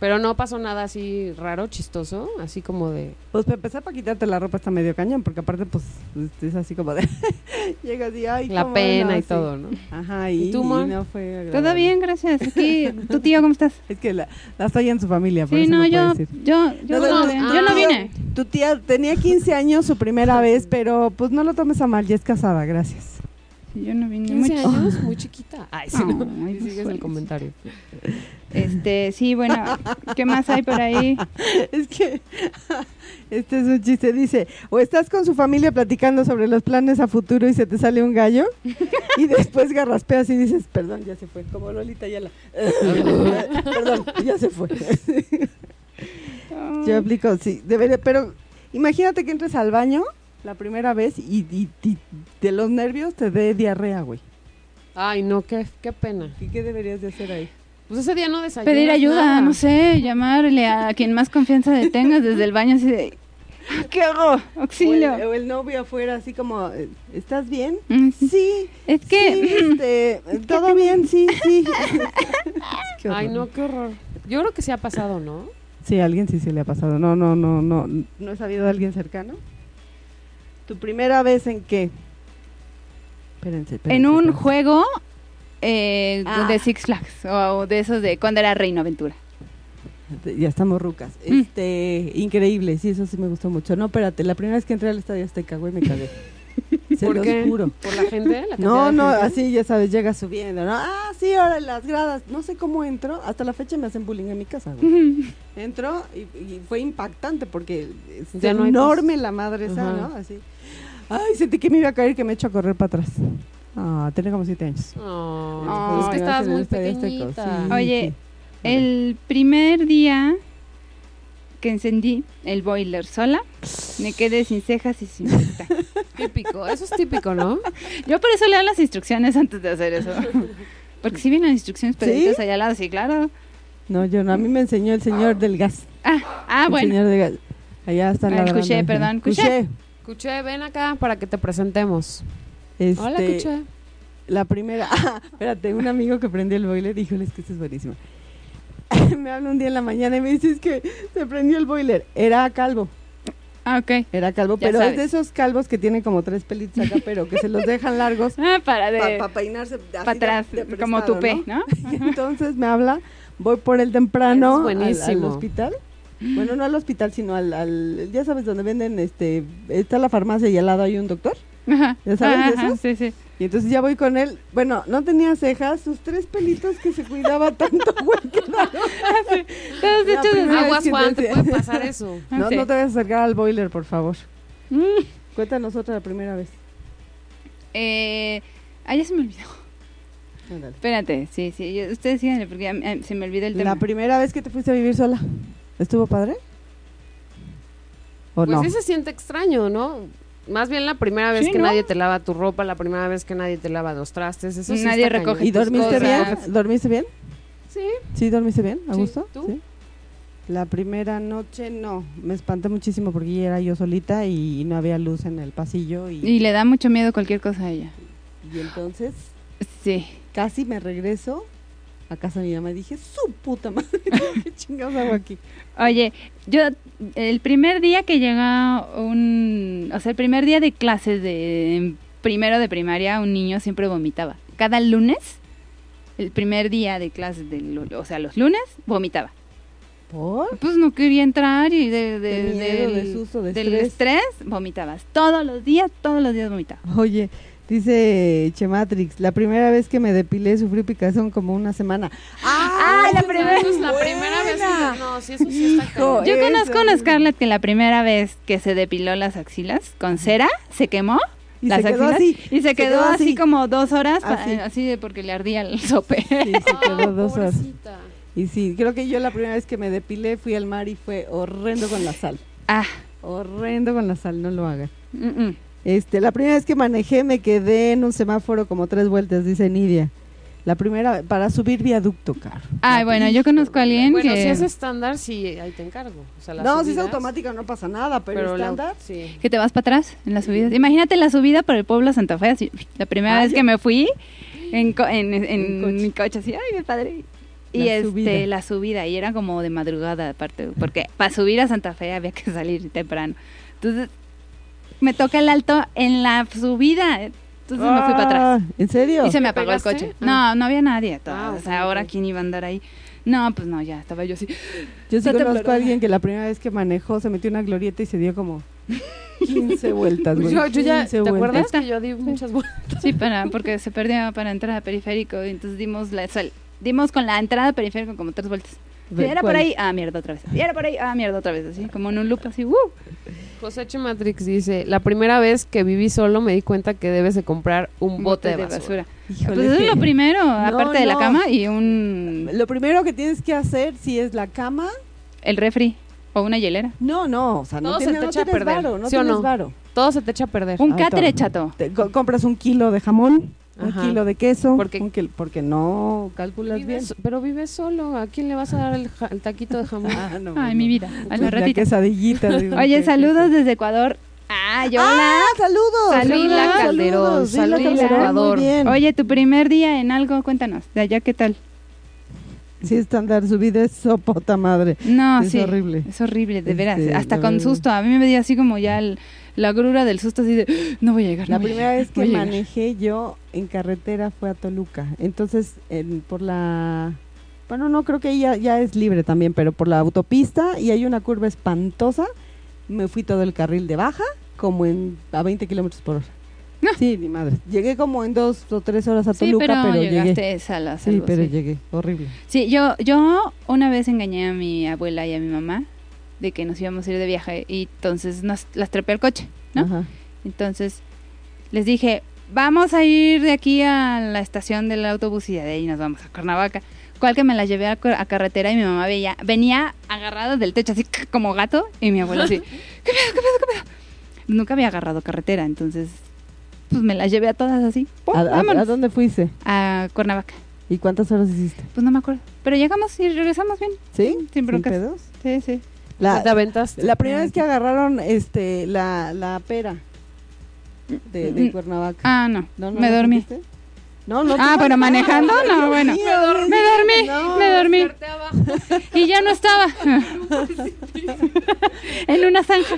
Speaker 9: Pero no pasó nada así raro, chistoso, así como de...
Speaker 6: Pues para empezar para quitarte la ropa está medio cañón, porque aparte pues este, es así como de <laughs> llegas y ay,
Speaker 9: La
Speaker 6: cómo
Speaker 9: pena
Speaker 6: no,
Speaker 9: y
Speaker 6: sí.
Speaker 9: todo, ¿no?
Speaker 6: Ajá,
Speaker 9: ¿Y
Speaker 6: y,
Speaker 9: tú, Mon?
Speaker 6: y no fue agradable.
Speaker 4: Todo bien, gracias. Aquí, ¿tu tío cómo estás?
Speaker 6: Es que la, la está ya en su familia, por
Speaker 4: Sí,
Speaker 6: eso
Speaker 4: no,
Speaker 6: no puede
Speaker 4: yo,
Speaker 6: decir.
Speaker 4: yo, yo,
Speaker 6: No,
Speaker 4: no,
Speaker 6: no, no, Ah.
Speaker 4: yo no
Speaker 6: no.
Speaker 4: vine.
Speaker 6: Tu tía tenía 15 años su primera vez, pero pues no lo tomes a mal, ya es casada, gracias.
Speaker 4: Sí, Yo no vine
Speaker 9: 15
Speaker 4: mucho.
Speaker 9: años, muy chiquita. Ay, sí, no.
Speaker 4: Ay,
Speaker 9: Y
Speaker 4: pues,
Speaker 9: sigues el
Speaker 4: bueno.
Speaker 9: comentario.
Speaker 4: Este, sí, bueno, ¿qué más hay por ahí?
Speaker 6: Es que <laughs> este es un chiste, dice, o estás con su familia platicando sobre los planes a futuro y se te sale un gallo y después garraspeas y dices, perdón, ya se fue, como Lolita ya la... perdón, ya se fue. Yo aplico, sí, debería, pero imagínate que entres al baño la primera vez y, y- y de los nervios te dé diarrea, güey.
Speaker 9: Ay, no, qué, qué pena.
Speaker 6: ¿Y qué deberías de hacer ahí?
Speaker 9: Pues ese día no desayunas
Speaker 4: Pedir ayuda,
Speaker 9: nada.
Speaker 4: no sé, llamarle a quien más confianza le tengas desde el baño así de, "Ah, ¿qué hago?
Speaker 6: O, el,
Speaker 4: Auxilio.
Speaker 6: o el novio afuera, así como, eh, ¿estás bien?
Speaker 4: Mm, sí.
Speaker 6: Sí.
Speaker 4: Es que,
Speaker 6: sí, este, todo bien, sí, sí.
Speaker 9: Ay, no, qué horror. Yo creo que sí ha pasado, ¿no?
Speaker 6: Sí, a alguien sí se le ha pasado. No, no, no, no. ¿No he sabido de alguien cercano? ¿Tu primera vez en qué? Espérense, espérense,
Speaker 4: <laughs> en un
Speaker 6: espérense.
Speaker 4: juego eh,
Speaker 6: Ah.
Speaker 4: de Six Flags o, de esos de cuando era Reino Aventura.
Speaker 6: Ya estamos rucas.
Speaker 4: Mm.
Speaker 6: Este, increíble, sí, eso sí me gustó mucho. No, espérate, la primera vez que entré al Estadio Azteca, güey, me
Speaker 4: <laughs>
Speaker 6: cagué. se
Speaker 9: ¿Por
Speaker 6: los
Speaker 9: qué?
Speaker 6: juro.
Speaker 9: Por la gente, la
Speaker 6: No,
Speaker 9: cantidad de
Speaker 6: no,
Speaker 9: gente.
Speaker 6: así ya sabes, llega subiendo, ¿no? Ah, sí, ahora en las gradas. No sé cómo entro, hasta la fecha me hacen bullying en mi casa, güey.
Speaker 9: <laughs>
Speaker 6: Entró y, y fue impactante porque es
Speaker 9: Ya no hay
Speaker 6: enorme la madre esa,
Speaker 9: Ajá.
Speaker 6: ¿no? Así. Ay, sentí que me iba a caer y que me echo a correr para atrás. Ah, tenía como siete años.
Speaker 9: Ay,
Speaker 4: Ay,
Speaker 9: es que
Speaker 6: no,
Speaker 9: estabas
Speaker 6: se me
Speaker 9: muy
Speaker 6: está este
Speaker 9: pequeñita.
Speaker 6: cosito.
Speaker 9: Ay,
Speaker 4: Oye,
Speaker 6: sí.
Speaker 4: el primer día que encendí el boiler sola, me quedé sin cejas y sin pestañas.
Speaker 9: Típico, eso es típico, ¿no?
Speaker 4: Yo por eso leo las instrucciones antes de hacer eso. Porque si vienen instrucciones pedidas allá al lado, sí, claro.
Speaker 6: No, yo no. A mí me enseñó el señor del gas.
Speaker 4: Ah, ah
Speaker 6: el
Speaker 4: bueno.
Speaker 6: señor del gas. Allá está
Speaker 4: Ah,
Speaker 6: la
Speaker 4: el Cuché, perdón, Cuché.
Speaker 9: Cuché, ven acá para que te presentemos. Hola,
Speaker 6: Este,
Speaker 9: Cuché.
Speaker 6: La primera, <laughs> ah, espérate, un amigo que prendió el boiler, híjoles que esto es buenísimo. <laughs> me habla un día en la mañana y me dice, es que se prendió el boiler. Era calvo,
Speaker 4: Ah, ok.
Speaker 6: era calvo,
Speaker 4: Ya
Speaker 6: pero
Speaker 4: sabes.
Speaker 6: es de esos calvos que tienen como tres pelitos acá, pero que se los dejan
Speaker 4: <laughs>
Speaker 6: largos
Speaker 4: Ah, para de...
Speaker 6: para peinarse así de-
Speaker 4: para atrás,
Speaker 6: de prestado,
Speaker 4: como tupé, ¿no?
Speaker 6: <laughs> Y entonces me habla, voy por él temprano
Speaker 9: Es
Speaker 6: al- al,
Speaker 9: buenísimo.
Speaker 6: hospital. Bueno, no al hospital, sino al, al- ya sabes, donde venden, este, está la farmacia y al lado hay un doctor.
Speaker 4: Ajá.
Speaker 6: ¿Ya sabes de
Speaker 4: Ajá,
Speaker 6: esos?
Speaker 4: Sí, sí.
Speaker 6: Y entonces ya voy con él. Bueno, no tenía cejas, sus tres pelitos que se cuidaba tanto, <laughs> güey, quedaron.
Speaker 4: Todos
Speaker 6: La
Speaker 4: hechos de agua.
Speaker 6: primera vez
Speaker 9: Aguas,
Speaker 6: que
Speaker 9: Juan,
Speaker 6: te
Speaker 9: te
Speaker 6: decía.
Speaker 9: puede pasar eso.
Speaker 4: Ah,
Speaker 6: No,
Speaker 4: sí.
Speaker 6: no te vayas a acercar al boiler, por favor.
Speaker 4: Mm.
Speaker 6: Cuéntanos otra la primera vez.
Speaker 4: Eh, ah, ya se me olvidó. Espérate, sí, sí. yo- ustedes síganle porque ya, eh, se me olvidó el tema.
Speaker 6: La primera vez que te fuiste a vivir sola. ¿Estuvo padre? ¿O
Speaker 9: Pues
Speaker 6: Oh, no?
Speaker 9: sí se siente extraño, ¿no? Más bien la primera vez
Speaker 4: Sí,
Speaker 9: que
Speaker 4: ¿no?
Speaker 9: nadie te lava tu ropa, la primera vez que nadie te lava los trastes, eso sí
Speaker 4: Nadie
Speaker 9: está cañón.
Speaker 4: recoge
Speaker 6: ¿Y
Speaker 4: tus
Speaker 6: dormiste
Speaker 4: cosas.
Speaker 6: bien? ¿Dormiste bien?
Speaker 9: Sí.
Speaker 6: ¿Sí dormiste bien? ¿A
Speaker 9: Sí,
Speaker 6: gusto?
Speaker 9: ¿tú?
Speaker 6: ¿Sí? La primera noche no. Me espanté muchísimo porque era yo solita y no había luz en el pasillo. Y,
Speaker 4: Y le da mucho miedo cualquier cosa a ella.
Speaker 6: y entonces
Speaker 4: Sí.
Speaker 6: casi me regreso a casa de mi mamá y dije, su puta madre, <laughs> ¿qué chingados hago aquí?
Speaker 4: Oye, yo el primer día que llega un, o sea, el primer día de clases de en primero de primaria, un niño siempre vomitaba. Cada lunes, el primer día de clases, del- o sea, los lunes, vomitaba.
Speaker 6: ¿Por?
Speaker 4: Pues no quería entrar y de, de-
Speaker 6: De miedo,
Speaker 4: del-
Speaker 6: de susto, de
Speaker 4: del
Speaker 6: estrés.
Speaker 4: estrés. vomitabas. Todos los días, todos los días vomitaba.
Speaker 6: Oye, dice Chematrix, la primera vez que me depilé sufrí picazón como una semana.
Speaker 9: Ah,
Speaker 6: la
Speaker 9: eso-
Speaker 6: primera-
Speaker 9: eso es la primera vez que... No, sí, eso sí está
Speaker 6: Hijo,
Speaker 9: cañón.
Speaker 4: Yo
Speaker 6: Eso.
Speaker 4: conozco a una Scarlett que la primera vez que se depiló las axilas con cera, se quemó.
Speaker 6: Y
Speaker 4: las
Speaker 6: se quedó
Speaker 4: axilas,
Speaker 6: así.
Speaker 4: Y se, quedó, así, como dos horas, pa-
Speaker 6: Así.
Speaker 4: así, de porque le ardía el sope.
Speaker 6: Sí, <laughs> se quedó
Speaker 9: Ah,
Speaker 6: dos horas.
Speaker 9: pobrecita.
Speaker 6: Y sí, creo que yo la primera vez que me depilé fui al mar y fue horrendo con la sal.
Speaker 4: <laughs> Ah,
Speaker 6: Horrendo con la sal, no lo hagan.
Speaker 4: mm, mm.
Speaker 6: Este, la primera vez que manejé me quedé en un semáforo como tres vueltas, dice Nidia. La primera, para subir viaducto, caro.
Speaker 4: Ay, bueno, yo conozco a alguien
Speaker 9: Bueno,
Speaker 4: que,
Speaker 9: si es estándar, sí, ahí te encargo. O sea, las
Speaker 6: No, si es
Speaker 9: subidas,
Speaker 6: automática no pasa nada, pero,
Speaker 9: la-
Speaker 6: estándar.
Speaker 9: sí.
Speaker 4: que te vas para atrás en las subidas. Imagínate la subida por el pueblo de Santa Fe. así, la primera
Speaker 6: Ay,
Speaker 4: vez
Speaker 6: yo-
Speaker 4: que me fui en, co- en- en-
Speaker 6: En coche.
Speaker 4: mi coche, así, ay, mi padre. Y
Speaker 6: La
Speaker 4: este,
Speaker 6: subida.
Speaker 4: la subida, y era como de madrugada, aparte, porque para subir a Santa Fe había que <laughs> salir temprano. Entonces, me toca el alto en la subida. Entonces me fui para atrás.
Speaker 6: Ah, ¿En serio?
Speaker 4: Y se me
Speaker 9: ¿Te
Speaker 4: apagó el
Speaker 9: pegaste?
Speaker 4: coche.
Speaker 9: Ah.
Speaker 4: No, no había nadie. todavía.
Speaker 9: Ah,
Speaker 4: o sea,
Speaker 9: ok,
Speaker 4: ahora
Speaker 9: ok.
Speaker 4: quién iba a andar ahí. No, pues no, ya estaba yo así.
Speaker 6: Yo sí
Speaker 4: Está
Speaker 6: conozco a
Speaker 4: temblorosa.
Speaker 6: alguien que la primera vez que manejó se metió en una glorieta y se
Speaker 9: <laughs>
Speaker 6: dio como 15 vueltas, güey.
Speaker 9: Yo, yo ya,
Speaker 6: 15
Speaker 9: ¿te
Speaker 6: vueltas.
Speaker 9: acuerdas que yo di muchas vueltas?
Speaker 4: Sí, para, porque se perdió para entrar a periférico. y Entonces dimos la, o sea, dimos con la entrada a periférico como tres vueltas. Y
Speaker 6: Ve,
Speaker 4: era
Speaker 6: ¿cuál?
Speaker 4: por ahí, ah, mierda, otra vez. Y era por ahí, ah, mierda, otra vez. Así, como en un loop, así, ¡uh!
Speaker 9: José Chimatrix dice, la primera vez que viví solo me di cuenta que debes de comprar un bote, de basura.
Speaker 6: Híjole,
Speaker 4: Pues eso
Speaker 6: que-
Speaker 4: es lo primero, aparte de la
Speaker 6: no.
Speaker 4: cama y un.
Speaker 6: Lo primero que tienes que hacer si es la cama,
Speaker 4: el refri o una hielera.
Speaker 6: no, no, o sea, no,
Speaker 9: Todo se
Speaker 6: tienes,
Speaker 9: te
Speaker 6: no
Speaker 9: echa a
Speaker 6: tienes
Speaker 9: perder,
Speaker 6: varo, no
Speaker 9: ¿sí o
Speaker 6: tienes
Speaker 9: no?
Speaker 6: varo.
Speaker 9: Todo se te echa a perder.
Speaker 4: Un
Speaker 6: Ay,
Speaker 4: cátere
Speaker 6: Ah, todo.
Speaker 4: chato.
Speaker 6: Te co- compras un kilo de jamón,
Speaker 9: Ajá.
Speaker 6: un kilo de queso,
Speaker 9: Porque-
Speaker 6: un kilo- porque no calculas bien.
Speaker 9: Vives- pero vives solo, ¿a quién le vas a dar el, ja- el taquito de jamón?
Speaker 6: Ah, no,
Speaker 4: Ay,
Speaker 6: no.
Speaker 4: mi vida. A
Speaker 6: Pues
Speaker 4: la ratita. <laughs>
Speaker 6: quesadillita. digo,
Speaker 4: Oye,
Speaker 6: que-
Speaker 4: saludos desde Ecuador. Ah, yo
Speaker 6: ¡Ah, saludos!
Speaker 4: Saludos,
Speaker 9: Frida
Speaker 6: Saludos,
Speaker 9: Calderón,
Speaker 6: Frida
Speaker 9: saludos,
Speaker 6: Calderón,
Speaker 9: Ecuador.
Speaker 6: muy bien.
Speaker 4: Oye, tu primer día en algo, cuéntanos. De allá, ¿qué tal?
Speaker 6: Sí, estándar, su vida es sopota madre.
Speaker 4: No,
Speaker 6: Es
Speaker 4: sí.
Speaker 6: horrible.
Speaker 4: Es horrible, de
Speaker 6: Este,
Speaker 4: veras. Hasta
Speaker 6: la
Speaker 4: con
Speaker 6: verdad.
Speaker 4: susto. A mí me dio así como ya el- la grura del susto, así de, "Ah, no voy a llegar.
Speaker 6: La
Speaker 4: no voy a
Speaker 6: primera
Speaker 4: llegar,
Speaker 6: vez
Speaker 4: no
Speaker 6: que
Speaker 4: voy a llegar".
Speaker 6: manejé yo en carretera fue a Toluca. Entonces, en- por la... Bueno, no, creo que ahí ya, ya es libre también, pero por la autopista y hay una curva espantosa. Me fui todo el carril de baja, como en a 20 kilómetros por hora.
Speaker 4: No.
Speaker 6: Sí, ni madre. Llegué como en dos o tres horas a
Speaker 4: Sí,
Speaker 6: Toluca,
Speaker 4: pero,
Speaker 6: pero,
Speaker 4: llegaste
Speaker 6: llegué.
Speaker 4: a la
Speaker 6: Sí,
Speaker 4: salvo,
Speaker 6: pero
Speaker 4: sí.
Speaker 6: llegué. Horrible.
Speaker 4: Sí, yo, yo una vez engañé a mi abuela y a mi mamá de que nos íbamos a ir de viaje y entonces nos, las trepé al coche, ¿no?
Speaker 6: Ajá.
Speaker 4: Entonces les dije, vamos a ir de aquí a la estación del autobús y de ahí nos vamos a Cuernavaca. Cual que me la llevé a, cu- a carretera y mi mamá <laughs>
Speaker 6: <laughs>
Speaker 4: veía, venía agarrada del techo así como gato y mi abuelo así, ¿qué pedo, qué pedo, qué pedo? Nunca había agarrado carretera, entonces pues me las llevé a todas así. ¡Pum!
Speaker 6: ¿A, a-
Speaker 4: Pues, vámonos.
Speaker 6: a dónde fuiste?
Speaker 4: A Cuernavaca.
Speaker 6: ¿Y cuántas horas hiciste?
Speaker 4: Pues no me acuerdo. Pero llegamos y regresamos bien.
Speaker 6: ¿Sí?
Speaker 4: Sin broncas.
Speaker 6: pedos?
Speaker 4: Sí, sí.
Speaker 6: La,
Speaker 9: ¿Te aventaste?
Speaker 6: la
Speaker 4: Mm.
Speaker 6: primera vez que agarraron este la, la pera de, de
Speaker 4: Mm.
Speaker 6: Cuernavaca.
Speaker 4: Ah, no.
Speaker 6: ¿No, no
Speaker 4: me
Speaker 6: la
Speaker 4: dormí.
Speaker 6: sentiste? No, no.
Speaker 4: Ah,
Speaker 6: tú-
Speaker 4: pero manejando, no,
Speaker 6: Dios
Speaker 4: bueno.
Speaker 6: mío, Dios
Speaker 4: Me
Speaker 6: mío.
Speaker 4: dormí,
Speaker 6: No.
Speaker 4: me dormí. Y ya no
Speaker 6: <laughs>
Speaker 4: estaba. <laughs> en una zanja.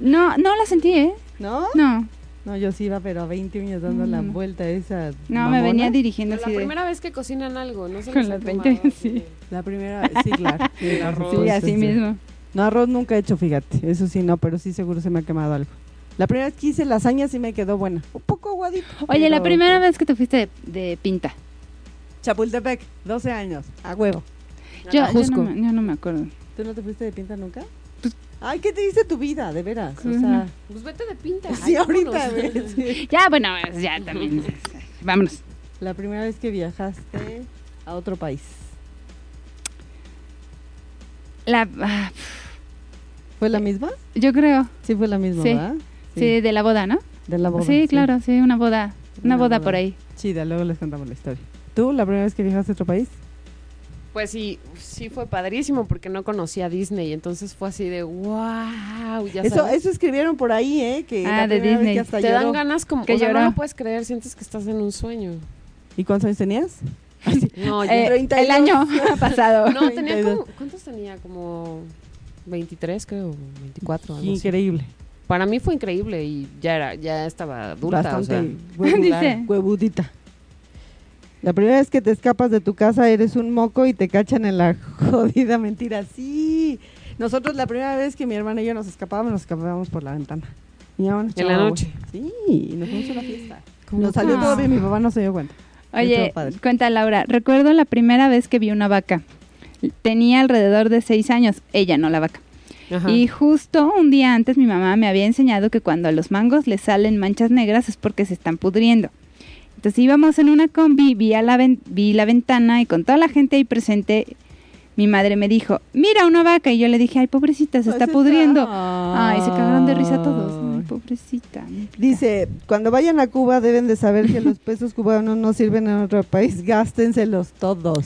Speaker 4: No, no la sentí, ¿eh?
Speaker 6: ¿No?
Speaker 4: No,
Speaker 6: No, yo sí iba, pero a 20 uñas dando la
Speaker 4: Mm.
Speaker 6: vuelta esa.
Speaker 4: no, me
Speaker 6: mamona.
Speaker 4: venía dirigiendo
Speaker 9: Pero
Speaker 4: así
Speaker 9: la
Speaker 4: de-
Speaker 9: primera vez que cocinan algo, ¿no? Se
Speaker 4: Con
Speaker 9: les ha
Speaker 4: las 20,
Speaker 9: quemado así
Speaker 4: sí.
Speaker 9: de-
Speaker 6: La primera, sí, claro. Sí, por
Speaker 4: <laughs>
Speaker 7: arroz.
Speaker 4: Sí,
Speaker 6: supuesto,
Speaker 4: así
Speaker 6: sí.
Speaker 4: mismo.
Speaker 6: No, arroz nunca he hecho, fíjate. Eso sí, no, pero sí seguro se me ha quemado algo. La primera vez que hice lasaña sí me quedó buena. Un poco aguadito.
Speaker 4: Oye, la
Speaker 6: pero-
Speaker 4: primera vez que te fuiste de, de pinta.
Speaker 6: Chapultepec, 12 años, a huevo.
Speaker 4: Yo, yo
Speaker 9: Ajusco.
Speaker 4: no, me- yo no me acuerdo.
Speaker 6: ¿Tú no te fuiste de pinta nunca? Ay, ¿qué te dice tu vida, de veras? O sea,
Speaker 9: Pues vete de pinta.
Speaker 6: sí,
Speaker 9: ay,
Speaker 6: ahorita,
Speaker 9: vámonos. <laughs>
Speaker 6: <laughs> güey, sí.
Speaker 4: Ya, bueno, pues, ya <laughs> también. Vámonos.
Speaker 6: La primera vez que viajaste a otro país.
Speaker 4: La, ah,
Speaker 6: ¿Fue la misma?
Speaker 4: yo creo.
Speaker 6: Sí, fue la misma,
Speaker 4: Sí.
Speaker 6: ¿verdad?
Speaker 4: Sí. de la boda, ¿no?
Speaker 6: De la boda.
Speaker 4: sí, claro, sí, una boda. Una,
Speaker 6: Una
Speaker 4: boda,
Speaker 6: boda.
Speaker 4: por ahí.
Speaker 6: Chida, luego les contamos la historia. ¿Tú, la primera vez que viajaste a otro país?
Speaker 9: Pues sí, sí fue padrísimo porque no conocía a Disney, entonces fue así de wow, ya
Speaker 6: Eso,
Speaker 9: sabes.
Speaker 6: eso escribieron por ahí, ¿eh? Que
Speaker 4: Ah,
Speaker 6: la
Speaker 4: de
Speaker 6: primera vez
Speaker 4: Disney.
Speaker 6: que hasta
Speaker 9: te dan
Speaker 6: lloró.
Speaker 9: ganas como
Speaker 4: Que
Speaker 9: que o sea, no
Speaker 4: lloró.
Speaker 9: lo puedes creer, sientes que estás en un sueño.
Speaker 6: ¿Y cuántos años <laughs> tenías?
Speaker 9: No, yo-
Speaker 4: Eh, el
Speaker 6: 32.
Speaker 4: año
Speaker 6: <laughs>
Speaker 4: pasado.
Speaker 9: no tenía
Speaker 6: 32.
Speaker 9: como ¿cuántos tenía? Como 23, creo, 24 algo así.
Speaker 6: Increíble.
Speaker 9: Para mí fue increíble y ya era ya estaba adulta,
Speaker 6: Bastante
Speaker 9: o <laughs> sea,
Speaker 6: huevu-
Speaker 4: Dice.
Speaker 6: huevudita. La primera vez que te escapas de tu casa eres un moco y te cachan en la <laughs> jodida mentira. Sí. Nosotros la primera vez que mi hermana y yo nos escapábamos, nos escapábamos por la ventana. Y ya, bueno,
Speaker 9: En
Speaker 6: chao,
Speaker 9: la
Speaker 6: güey.
Speaker 9: noche.
Speaker 6: Sí, y nos fuimos a una fiesta.
Speaker 9: ¿Cómo
Speaker 6: Nos salió
Speaker 4: no?
Speaker 6: todo bien, mi papá no se dio cuenta.
Speaker 4: Oye,
Speaker 6: Estuvo padre.
Speaker 4: cuenta Laura, recuerdo la primera vez que vi una vaca. Tenía alrededor de seis años, ella no la vaca.
Speaker 9: Ajá.
Speaker 4: Y justo un día antes mi mamá me había enseñado que cuando a los mangos les salen manchas negras es porque se están pudriendo. Entonces íbamos en una combi, vi, a la, ven- vi la ventana y con toda la gente ahí presente, mi madre me dijo, mira una vaca. Y yo le dije, ay pobrecita, se
Speaker 6: Ay,
Speaker 4: está
Speaker 6: se
Speaker 4: pudriendo.
Speaker 6: está.
Speaker 4: Ay, se cagaron de risa todos. Ay,
Speaker 6: Ay.
Speaker 4: pobrecita.
Speaker 6: Dice, cuando vayan a Cuba deben de saber que los pesos cubanos no sirven en otro país, gástenselos todos.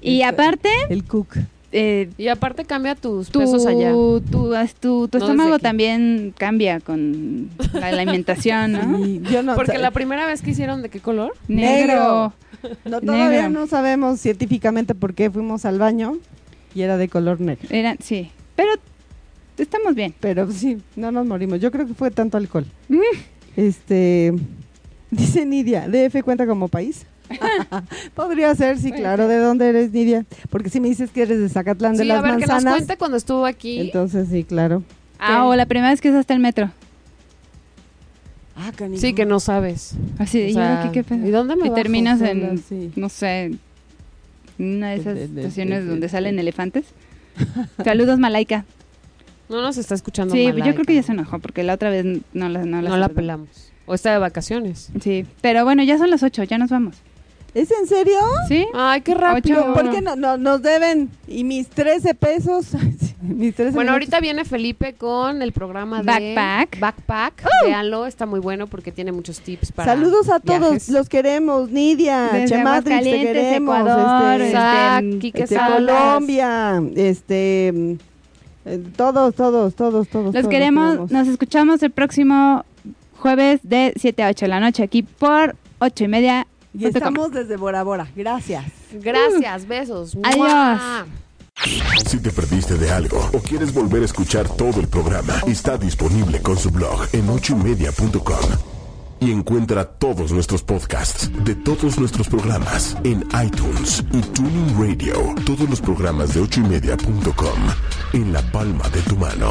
Speaker 9: Este,
Speaker 4: Y aparte,
Speaker 6: El cook.
Speaker 4: eh,
Speaker 9: Y aparte cambia tus
Speaker 4: tu,
Speaker 9: pesos allá.
Speaker 4: tu, as- tu- tu
Speaker 9: No desde
Speaker 4: estómago
Speaker 9: aquí.
Speaker 4: también cambia con la
Speaker 9: <laughs>
Speaker 4: alimentación, ¿no?
Speaker 6: Y yo no,
Speaker 9: Porque
Speaker 6: sa-
Speaker 9: la primera vez que hicieron de qué color?
Speaker 4: Negro.
Speaker 6: no, todavía
Speaker 4: negra.
Speaker 6: no sabemos científicamente por qué fuimos al baño y era de color negro.
Speaker 4: Era, sí, pero estamos bien.
Speaker 6: Pero sí, no nos morimos. Yo creo que fue tanto alcohol.
Speaker 9: Mm.
Speaker 6: Este, dice Nidia, ¿DF cuenta como país? <laughs> Podría ser, sí, claro. ¿De dónde eres, Nidia? Porque si me dices que eres de Zacatlán de
Speaker 9: Sí,
Speaker 6: las
Speaker 9: a ver que nos
Speaker 6: Manzanas,
Speaker 9: cuente cuando estuvo aquí.
Speaker 6: entonces sí, claro.
Speaker 4: Ah, o la primera vez que es hasta el metro.
Speaker 6: Ah,
Speaker 9: sí, que no sabes.
Speaker 4: Así de,
Speaker 9: O
Speaker 4: ¿y ahora
Speaker 9: sea,
Speaker 4: qué- qué pedo?
Speaker 9: ¿y dónde me
Speaker 4: Y
Speaker 9: bajo
Speaker 4: terminas
Speaker 6: sola,
Speaker 4: en,
Speaker 6: sí?
Speaker 4: no sé, una de esas
Speaker 6: De- de- de-
Speaker 4: estaciones
Speaker 6: de-
Speaker 4: donde
Speaker 6: de-
Speaker 4: salen elefantes. Saludos, Malaika.
Speaker 9: No nos está escuchando
Speaker 4: sí, yo creo
Speaker 9: Malaika.
Speaker 4: que ya se enojó porque la otra vez no la, no la
Speaker 9: No la
Speaker 4: saludó.
Speaker 9: pelamos. O está de vacaciones.
Speaker 4: Sí, pero bueno, ya son las 8, ya nos vamos.
Speaker 6: ¿Es en serio?
Speaker 4: ¿Sí?
Speaker 9: Ay, qué
Speaker 4: rápido.
Speaker 9: rápido.
Speaker 4: Ocho.
Speaker 6: ¿Por qué no, no- nos deben? Y mis 13 pesos. <laughs> mis 13
Speaker 9: Bueno,
Speaker 6: minutos.
Speaker 9: ahorita viene Felipe con el programa de
Speaker 4: Backpack.
Speaker 9: Backpack. Véanlo, está muy bueno porque tiene muchos tips para
Speaker 6: Saludos a todos,
Speaker 9: viajes.
Speaker 6: los queremos, Nidia,
Speaker 4: Desde
Speaker 6: Chematrix, Ah, te
Speaker 4: Aguascalientes,
Speaker 6: queremos,
Speaker 4: Ecuador,
Speaker 6: este,
Speaker 9: Isaac,
Speaker 4: este,
Speaker 9: Quique
Speaker 6: este,
Speaker 9: Salas.
Speaker 6: Colombia, este, mm, eh, todos, todos, todos, todos.
Speaker 4: Los
Speaker 6: todos
Speaker 4: queremos, nos escuchamos el próximo jueves de 7 a 8 de la noche aquí por 8 y media.
Speaker 6: Y estamos desde Bora Bora, gracias.
Speaker 9: Gracias, besos.
Speaker 4: Adiós.
Speaker 1: Si te perdiste de algo o quieres volver a escuchar todo el programa, está disponible con su blog en ochoymedia.com. Y encuentra todos nuestros podcasts de todos nuestros programas en iTunes y Tuning Radio. Todos los programas de ochoymedia.com en la palma de tu mano.